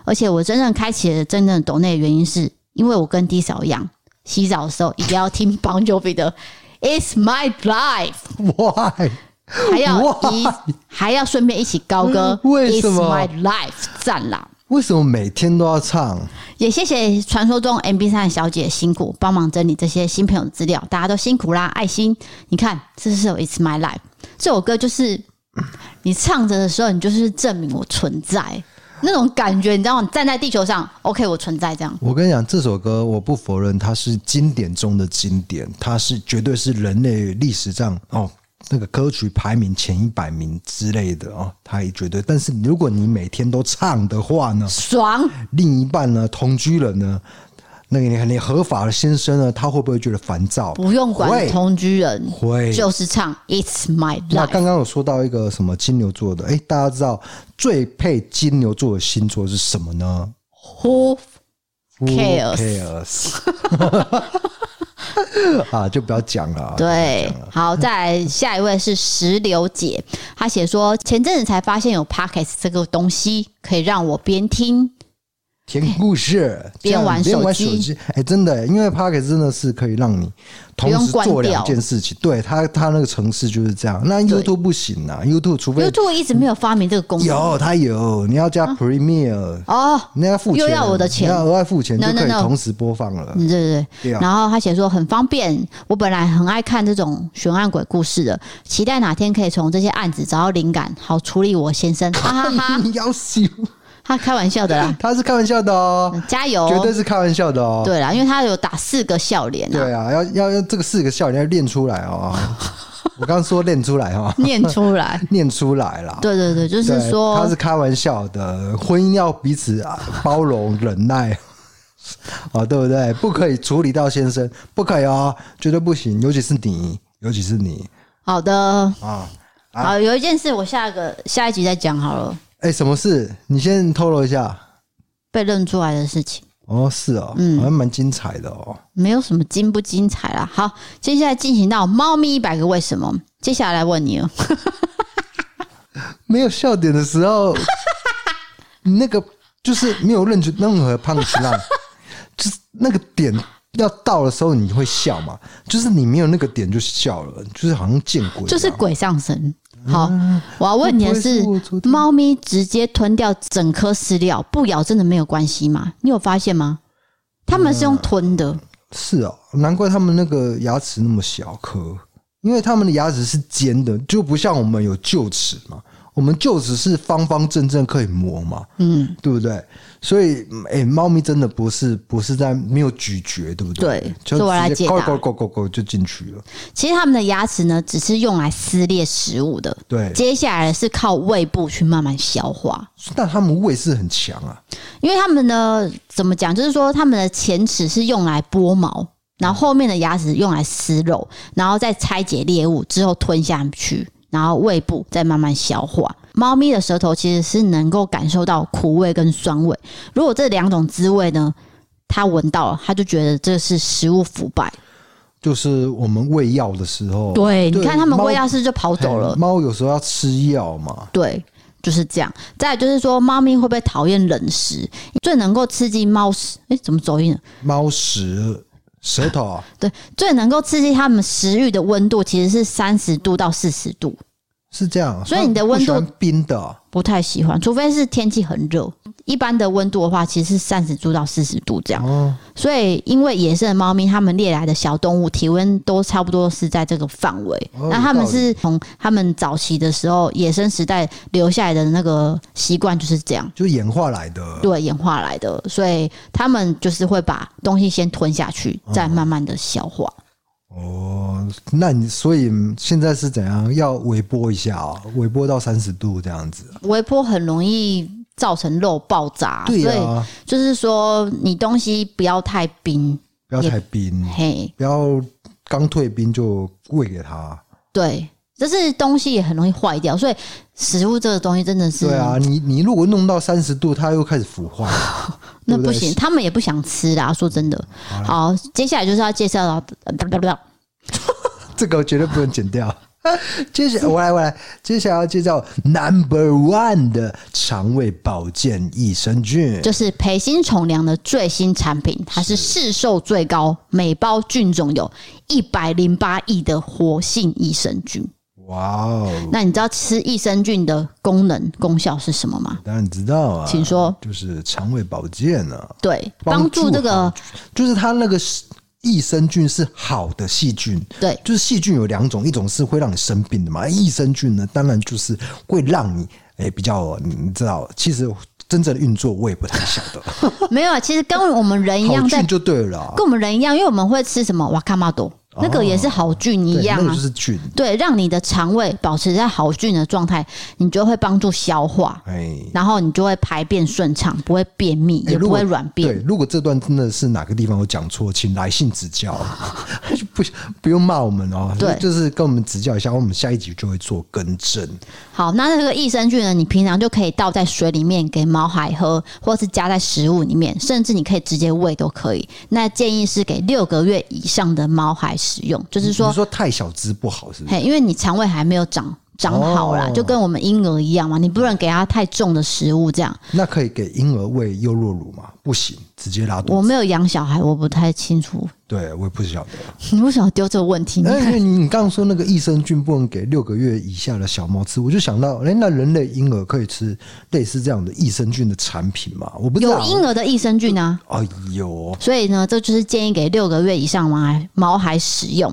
[SPEAKER 2] 而且我真正开启了真正的抖内的原因是，因为我跟 D 嫂一样，洗澡的时候一定要听 Bon Jovi 的《It's My Life》。
[SPEAKER 1] 哇，
[SPEAKER 2] 还要
[SPEAKER 1] Why？
[SPEAKER 2] 一还要顺便一起高歌《
[SPEAKER 1] 嗯为
[SPEAKER 2] It's
[SPEAKER 1] 什么
[SPEAKER 2] My Life》赞啦！
[SPEAKER 1] 为什么每天都要唱？
[SPEAKER 2] 也谢谢传说中 MB 三小姐辛苦帮忙整理这些新朋友的资料，大家都辛苦啦，爱心！你看这是首《It's My Life》这首歌，就是你唱着的时候，你就是证明我存在那种感觉，你知道吗？你站在地球上，OK，我存在这样。
[SPEAKER 1] 我跟你讲，这首歌我不否认它是经典中的经典，它是绝对是人类历史上哦那个歌曲排名前一百名之类的哦，它也绝对。但是如果你每天都唱的话呢，
[SPEAKER 2] 爽，
[SPEAKER 1] 另一半呢，同居人呢，那个你你合法的先生呢，他会不会觉得烦躁？
[SPEAKER 2] 不用管
[SPEAKER 1] 会
[SPEAKER 2] 同居人，
[SPEAKER 1] 会
[SPEAKER 2] 就是唱《It's My
[SPEAKER 1] 那
[SPEAKER 2] Life》。
[SPEAKER 1] 刚刚有说到一个什么金牛座的，哎、大家知道最配金牛座的星座是什么呢
[SPEAKER 2] Who cares？
[SPEAKER 1] cares？啊，就不要讲了啊。
[SPEAKER 2] 对，好，再来下一位是石榴姐，她写说前阵子才发现有 Pockets 这个东西，可以让我边听
[SPEAKER 1] 听故事，
[SPEAKER 2] 边
[SPEAKER 1] 这样
[SPEAKER 2] 玩
[SPEAKER 1] 边
[SPEAKER 2] 手
[SPEAKER 1] 玩
[SPEAKER 2] 机
[SPEAKER 1] 手机，哎、真的、因为 p o c k e t 真的是可以让你同
[SPEAKER 2] 用
[SPEAKER 1] 时
[SPEAKER 2] 关
[SPEAKER 1] 做两
[SPEAKER 2] 掉
[SPEAKER 1] 件事情。对它，它那个城市就是这样。那 YouTube 不行啊，YouTube 除非
[SPEAKER 2] YouTube 一直没有发明这个功能。
[SPEAKER 1] 有，它有，你要加 Premiere，、
[SPEAKER 2] 哦，
[SPEAKER 1] 你要付钱，
[SPEAKER 2] 又要我的钱
[SPEAKER 1] 你要额外付钱就
[SPEAKER 2] No, no,
[SPEAKER 1] 可以
[SPEAKER 2] no
[SPEAKER 1] 同时播放了。
[SPEAKER 2] 嗯，对对对。
[SPEAKER 1] 对啊
[SPEAKER 2] 然后他写说很方便，我本来很爱看这种悬案鬼故事的，期待哪天可以从这些案子找到灵感，好处理我先 生。哈哈哈，
[SPEAKER 1] 你要死，
[SPEAKER 2] 他开玩笑的啦，
[SPEAKER 1] 他是开玩笑的哦，
[SPEAKER 2] 加油！
[SPEAKER 1] 绝对是开玩笑的哦。
[SPEAKER 2] 对啦，因为他有打四个笑脸啊，
[SPEAKER 1] 对啊，要要要这个四个笑点要练出来 哦。我刚说练出来哦，
[SPEAKER 2] 念出来。
[SPEAKER 1] 练出来啦。
[SPEAKER 2] 对对对，就
[SPEAKER 1] 对，
[SPEAKER 2] 是说
[SPEAKER 1] 他是开玩笑的，婚姻要彼此包容、忍耐。哦，对不对？不可以处理到先生，不可以哦，绝对不行。尤其是你，尤其是你
[SPEAKER 2] 好的，
[SPEAKER 1] 啊！
[SPEAKER 2] 好，有一件事我下个下一集再讲好了，
[SPEAKER 1] 哎，什么事？你先透露一下。
[SPEAKER 2] 被认出来的事情，
[SPEAKER 1] 哦，是哦，
[SPEAKER 2] 嗯
[SPEAKER 1] 好像蛮精彩的哦。
[SPEAKER 2] 没有什么精不精彩啦。好，接下来进行到猫咪一百个为什么，接下来问你了，
[SPEAKER 1] 没有笑点的时候，你那个就是没有任任何胖子浪，就是那个点要到的时候你会笑嘛？就是你没有那个点就笑了，就是好像见鬼一样。
[SPEAKER 2] 就是鬼上身。好，我要问你的是
[SPEAKER 1] 会啊不会是我昨，天
[SPEAKER 2] 猫咪直接吞掉整颗饲料不咬，真的没有关系吗？你有发现吗？它们是用吞的，
[SPEAKER 1] 是哦，难怪他们那个牙齿那么小颗，因为他们的牙齿是尖的，就不像我们有臼齿嘛。我们臼齿是方方正正可以磨嘛，
[SPEAKER 2] 嗯，
[SPEAKER 1] 对不对？所以，哎、猫咪真的不是不是在没有咀嚼，对不
[SPEAKER 2] 对
[SPEAKER 1] 对？就
[SPEAKER 2] 这我来
[SPEAKER 1] 直接
[SPEAKER 2] 解答
[SPEAKER 1] 勾勾勾勾勾就进去了。
[SPEAKER 2] 其实它们的牙齿呢，只是用来撕裂食物的，
[SPEAKER 1] 对，
[SPEAKER 2] 接下来是靠胃部去慢慢消化。
[SPEAKER 1] 那他们胃是很强啊，
[SPEAKER 2] 因为他们呢，怎么讲，就是说他们的前齿是用来剥毛，然后后面的牙齿用来撕肉，然后再拆解猎物之后吞下去，然后胃部再慢慢消化。猫咪的舌头其实是能够感受到苦味跟酸味，如果这两种滋味呢，它闻到了，它就觉得这是食物腐败。
[SPEAKER 1] 就是我们喂药的时候，哎
[SPEAKER 2] 对，嗯你看他们喂药师就跑走了。
[SPEAKER 1] 猫有时候要吃药嘛，
[SPEAKER 2] 对，就是这样。再就是说，猫咪会不会讨厌冷食？最能够刺激猫食，哎、怎么走音了？
[SPEAKER 1] 猫食舌头啊
[SPEAKER 2] 对，最能够刺激它们食欲的温度其实是三十度到四十度，
[SPEAKER 1] 是这样，
[SPEAKER 2] 所以你的温度
[SPEAKER 1] 它不喜欢冰的啊、
[SPEAKER 2] 不太喜欢，除非是天气很热。一般的温度的话，其实是三十度到四十度这样。
[SPEAKER 1] 哦，
[SPEAKER 2] 所以，因为野生的猫咪，它们猎来的小动物体温都差不多是在这个范围。
[SPEAKER 1] 哦
[SPEAKER 2] 那
[SPEAKER 1] 有
[SPEAKER 2] 它们
[SPEAKER 1] 道理
[SPEAKER 2] 是从它们早期的时候，野生时代留下来的那个习惯就是这样，
[SPEAKER 1] 就演化来的。
[SPEAKER 2] 对演化来的。所以它们就是会把东西先吞下去，再慢慢的消化。
[SPEAKER 1] 哦，那你所以现在是怎样？要微波一下哦，微波到三十度这样子。
[SPEAKER 2] 微波很容易造成肉爆炸，啊
[SPEAKER 1] 对啊
[SPEAKER 2] 所
[SPEAKER 1] 呀、
[SPEAKER 2] 以就是说你东西不要太冰，
[SPEAKER 1] 不要太冰，
[SPEAKER 2] 嘿，
[SPEAKER 1] 不要刚退冰就喂给它。
[SPEAKER 2] 对。就是东西也很容易坏掉，所以食物这个东西真的是
[SPEAKER 1] 对啊，你你如果弄到三十度，它又开始腐化。
[SPEAKER 2] 那
[SPEAKER 1] 对不啊
[SPEAKER 2] 不
[SPEAKER 1] 对
[SPEAKER 2] 行，他们也不想吃啦。说真的，好，接下来就是要介绍到，
[SPEAKER 1] 这个绝对不能剪掉。 接下来我来我来，接下来要介绍 Number One 的肠胃保健益生菌。
[SPEAKER 2] 就是培新宠粮的最新产品，它是市售最高，每包菌种有一百零八亿的活性益生菌。
[SPEAKER 1] 哇哦，
[SPEAKER 2] 那你知道吃益生菌的功能功效是什么吗？
[SPEAKER 1] 当然知道啊，
[SPEAKER 2] 请说
[SPEAKER 1] 就是肠胃保健啊，
[SPEAKER 2] 对，
[SPEAKER 1] 帮
[SPEAKER 2] 帮助这
[SPEAKER 1] 好
[SPEAKER 2] 个
[SPEAKER 1] 就是它那个是益生菌是好的细菌，
[SPEAKER 2] 对
[SPEAKER 1] 就是细菌有两种，一种是会让你生病的嘛，而益生菌呢，当然就是会让你诶、比较，你知道，其实真正的运作我也不太晓得，
[SPEAKER 2] 没有，啊，其实跟我们人一
[SPEAKER 1] 好
[SPEAKER 2] 样在
[SPEAKER 1] 菌就对了啊，
[SPEAKER 2] 跟我们人一样，因为我们会吃什么瓦卡玛多，那个也是好菌一
[SPEAKER 1] 哦对，
[SPEAKER 2] 样啊
[SPEAKER 1] 那个就。是菌，
[SPEAKER 2] 对，让你的肠胃保持在好菌的状态，你就会帮助消化，
[SPEAKER 1] 哎、
[SPEAKER 2] 然后你就会排便顺畅，不会便秘，
[SPEAKER 1] 哎
[SPEAKER 2] 也
[SPEAKER 1] 如
[SPEAKER 2] 不
[SPEAKER 1] 果
[SPEAKER 2] 会软
[SPEAKER 1] 对
[SPEAKER 2] 便。，
[SPEAKER 1] 如果这段真的是哪个地方有讲错，请来信指教， 不不用骂我们哦，
[SPEAKER 2] 对
[SPEAKER 1] 就是跟我们指教一下，我们下一集就会做更正。
[SPEAKER 2] 好，那这个益生菌呢，你平常就可以倒在水里面给毛孩喝，或是加在食物里面，甚至你可以直接喂都可以。那建议是给六个月以上的毛孩使用，就是
[SPEAKER 1] 你
[SPEAKER 2] 说，
[SPEAKER 1] 说太小只不好是不是？
[SPEAKER 2] 嘿，因为你肠胃还没有长。长好啦，
[SPEAKER 1] 哦
[SPEAKER 2] 就跟我们婴儿一样嘛，你不能给他太重的食物，这样。
[SPEAKER 1] 那可以给婴儿喂优酪乳吗？不行，直接拉
[SPEAKER 2] 我
[SPEAKER 1] 肚子。
[SPEAKER 2] 没有养小孩，我不太清楚。
[SPEAKER 1] 对，我也不晓得。
[SPEAKER 2] 你为什么丢这个问题？你
[SPEAKER 1] 哎，你你刚刚说那个益生菌不能给六个月以下的小猫吃，我就想到，哎，那人类婴儿可以吃类似这样的益生菌的产品吗？我不知
[SPEAKER 2] 有
[SPEAKER 1] 道。
[SPEAKER 2] 婴儿的益生菌啊，
[SPEAKER 1] 哎呦，
[SPEAKER 2] 所以呢，这就是建议给六个月以上毛孩毛孩使用。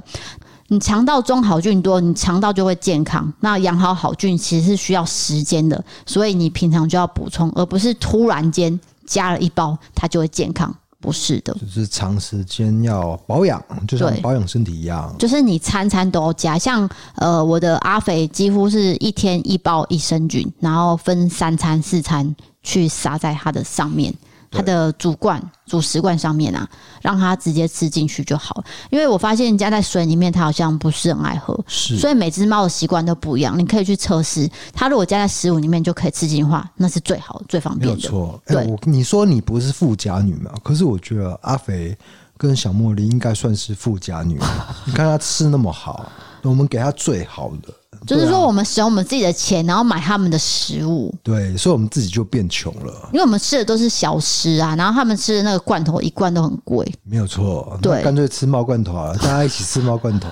[SPEAKER 2] 你肠道中好菌多，你肠道就会健康。那养好好菌其实是需要时间的，所以你平常就要补充，而不是突然间加了一包它就会健康，不是的。
[SPEAKER 1] 就是长时间要保养，就像
[SPEAKER 2] 对
[SPEAKER 1] 保养身体一样。
[SPEAKER 2] 就是你餐餐都要加，像呃，我的阿肥几乎是一天一包益生菌，然后分三餐四餐去撒在它的上面，它的主罐主食罐上面啊，让它直接吃进去就好了。因为我发现人家在水里面，它好像不是很爱喝，
[SPEAKER 1] 是
[SPEAKER 2] 所以每只猫的习惯都不一样。你可以去测试，它如果加在食物里面就可以吃进化，那是最好最方
[SPEAKER 1] 没有
[SPEAKER 2] 便的。
[SPEAKER 1] 错。哎、
[SPEAKER 2] 对
[SPEAKER 1] 我你说你不是富家女嘛？可是我觉得阿肥跟小茉莉应该算是富家女。你看她吃那么好，我们给她最好的。
[SPEAKER 2] 就是
[SPEAKER 1] 对啊
[SPEAKER 2] 说，我们使用我们自己的钱，然后买他们的食物，
[SPEAKER 1] 对，所以我们自己就变穷了，
[SPEAKER 2] 因为我们吃的都是小吃啊，然后他们吃的那个罐头一罐都很贵，
[SPEAKER 1] 没有错。
[SPEAKER 2] 对
[SPEAKER 1] 那干脆吃猫罐头啊，大家一起吃猫 罐头，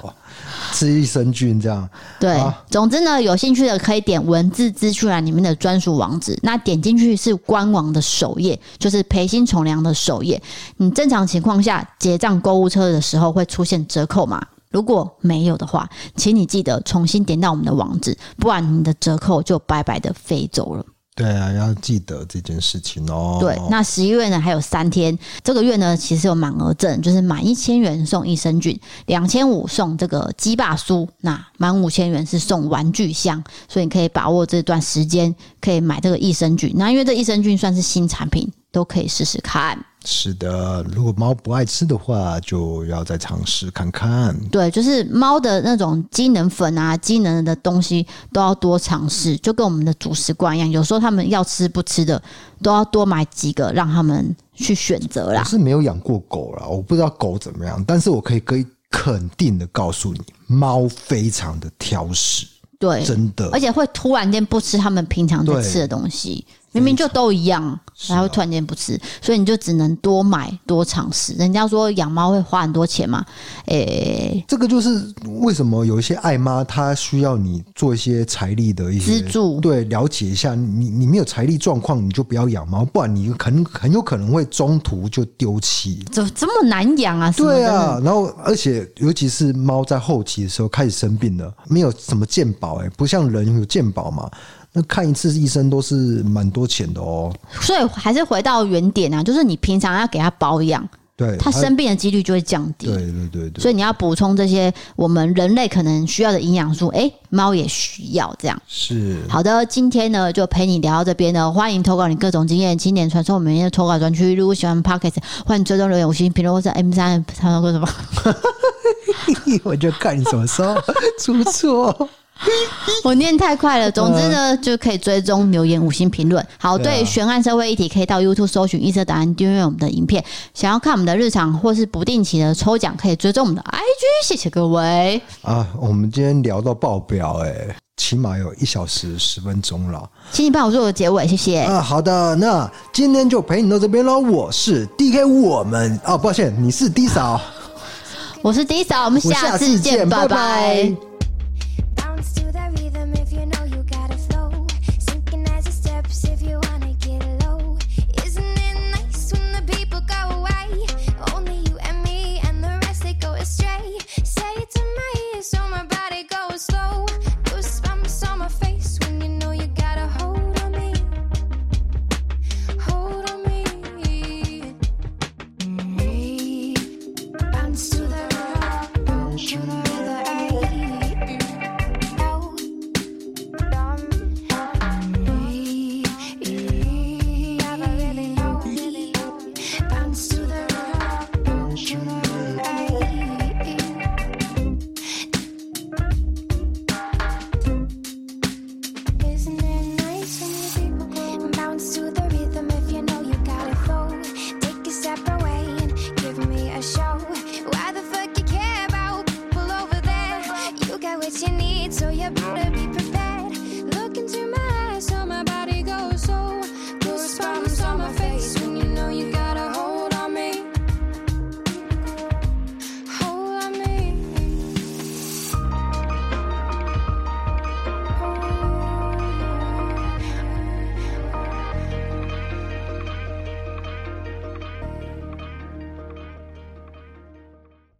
[SPEAKER 1] 吃益生菌这样。
[SPEAKER 2] 对，
[SPEAKER 1] 啊
[SPEAKER 2] 总之呢，有兴趣的可以点文字资讯栏里面的专属网址，那点进去是官网的首页，就是培新宠粮的首页。你正常情况下结账购物车的时候会出现折扣码，如果没有的话，请你记得重新点到我们的网址，不然你的折扣就白白的飞走了。
[SPEAKER 1] 对啊，要记得这件事情哦。
[SPEAKER 2] 对，那十一月呢还有三天，这个月呢其实有满额赠，就是满一千元送益生菌，两千五送这个鸡霸酥，那满五千元是送玩具箱，所以你可以把握这段时间，可以买这个益生菌。那因为这益生菌算是新产品，都可以试试看。
[SPEAKER 1] 是的，如果猫不爱吃的话，就要再尝试看看。
[SPEAKER 2] 对，就是猫的那种机能粉啊、机能的东西都要多尝试，就跟我们的主食罐一样，有时候他们要吃不吃的，都要多买几个让他们去选择啦
[SPEAKER 1] 我。是没有养过狗啦，我不知道狗怎么样，但是我可以可以肯定的告诉你，猫非常的挑食，
[SPEAKER 2] 对，
[SPEAKER 1] 真的
[SPEAKER 2] 而。且会突然间不吃他们平常在
[SPEAKER 1] 对
[SPEAKER 2] 吃的东西，明明就都一样，
[SPEAKER 1] 是啊
[SPEAKER 2] 然后突然间不吃，所以你就只能多买多尝试。人家说养猫会花很多钱嘛，诶、
[SPEAKER 1] 这个就是为什么有一些爱妈，她需要你做一些财力的一
[SPEAKER 2] 资
[SPEAKER 1] 些
[SPEAKER 2] 助
[SPEAKER 1] 对，了解一下你你没有财力状况，你就不要养猫，不然你很很有可能会中途就丢弃。
[SPEAKER 2] 怎么这么难养啊？什么
[SPEAKER 1] 对
[SPEAKER 2] 的呢
[SPEAKER 1] 啊，然后而且尤其是猫在后期的时候开始生病了，没有什么健保哎、不像人有健保嘛，那看一次医生都是蛮多钱的哦。
[SPEAKER 2] 所以还是回到原点啊，就是你平常要给它保养，
[SPEAKER 1] 对，
[SPEAKER 2] 它生病的几率就会降低
[SPEAKER 1] 对。对对对，
[SPEAKER 2] 所以你要补充这些我们人类可能需要的营养素，诶、猫也需要这样。
[SPEAKER 1] 是
[SPEAKER 2] 好的，今天呢就陪你聊到这边了，欢迎投稿你各种经验，经典传送我们的投稿专区。如果喜欢 Pocket，欢迎追踪留言、五星评论或者 M 三三个什么。
[SPEAKER 1] 我就看你什么时候出错。
[SPEAKER 2] 我念太快了，总之呢，就可以追踪留言、五星评论。好，
[SPEAKER 1] 嗯对啊
[SPEAKER 2] 对于悬案社会议题，可以到 YouTube 搜寻“一色答案”，订阅我们的影片。想要看我们的日常或是不定期的抽奖，可以追踪我们的 IG。谢谢各位，
[SPEAKER 1] 啊，我们今天聊到爆表哎、起码有一小时十分钟了。
[SPEAKER 2] 请你帮我做个结尾，谢谢。
[SPEAKER 1] 啊，好的，那今天就陪你到这边喽。我是 DK，我们哦，抱歉，你是 D 嫂，
[SPEAKER 2] 我是 D 嫂，我们
[SPEAKER 1] 我
[SPEAKER 2] 下
[SPEAKER 1] 次
[SPEAKER 2] 见，
[SPEAKER 1] 见，
[SPEAKER 2] 拜
[SPEAKER 1] 拜
[SPEAKER 2] 拜
[SPEAKER 1] 拜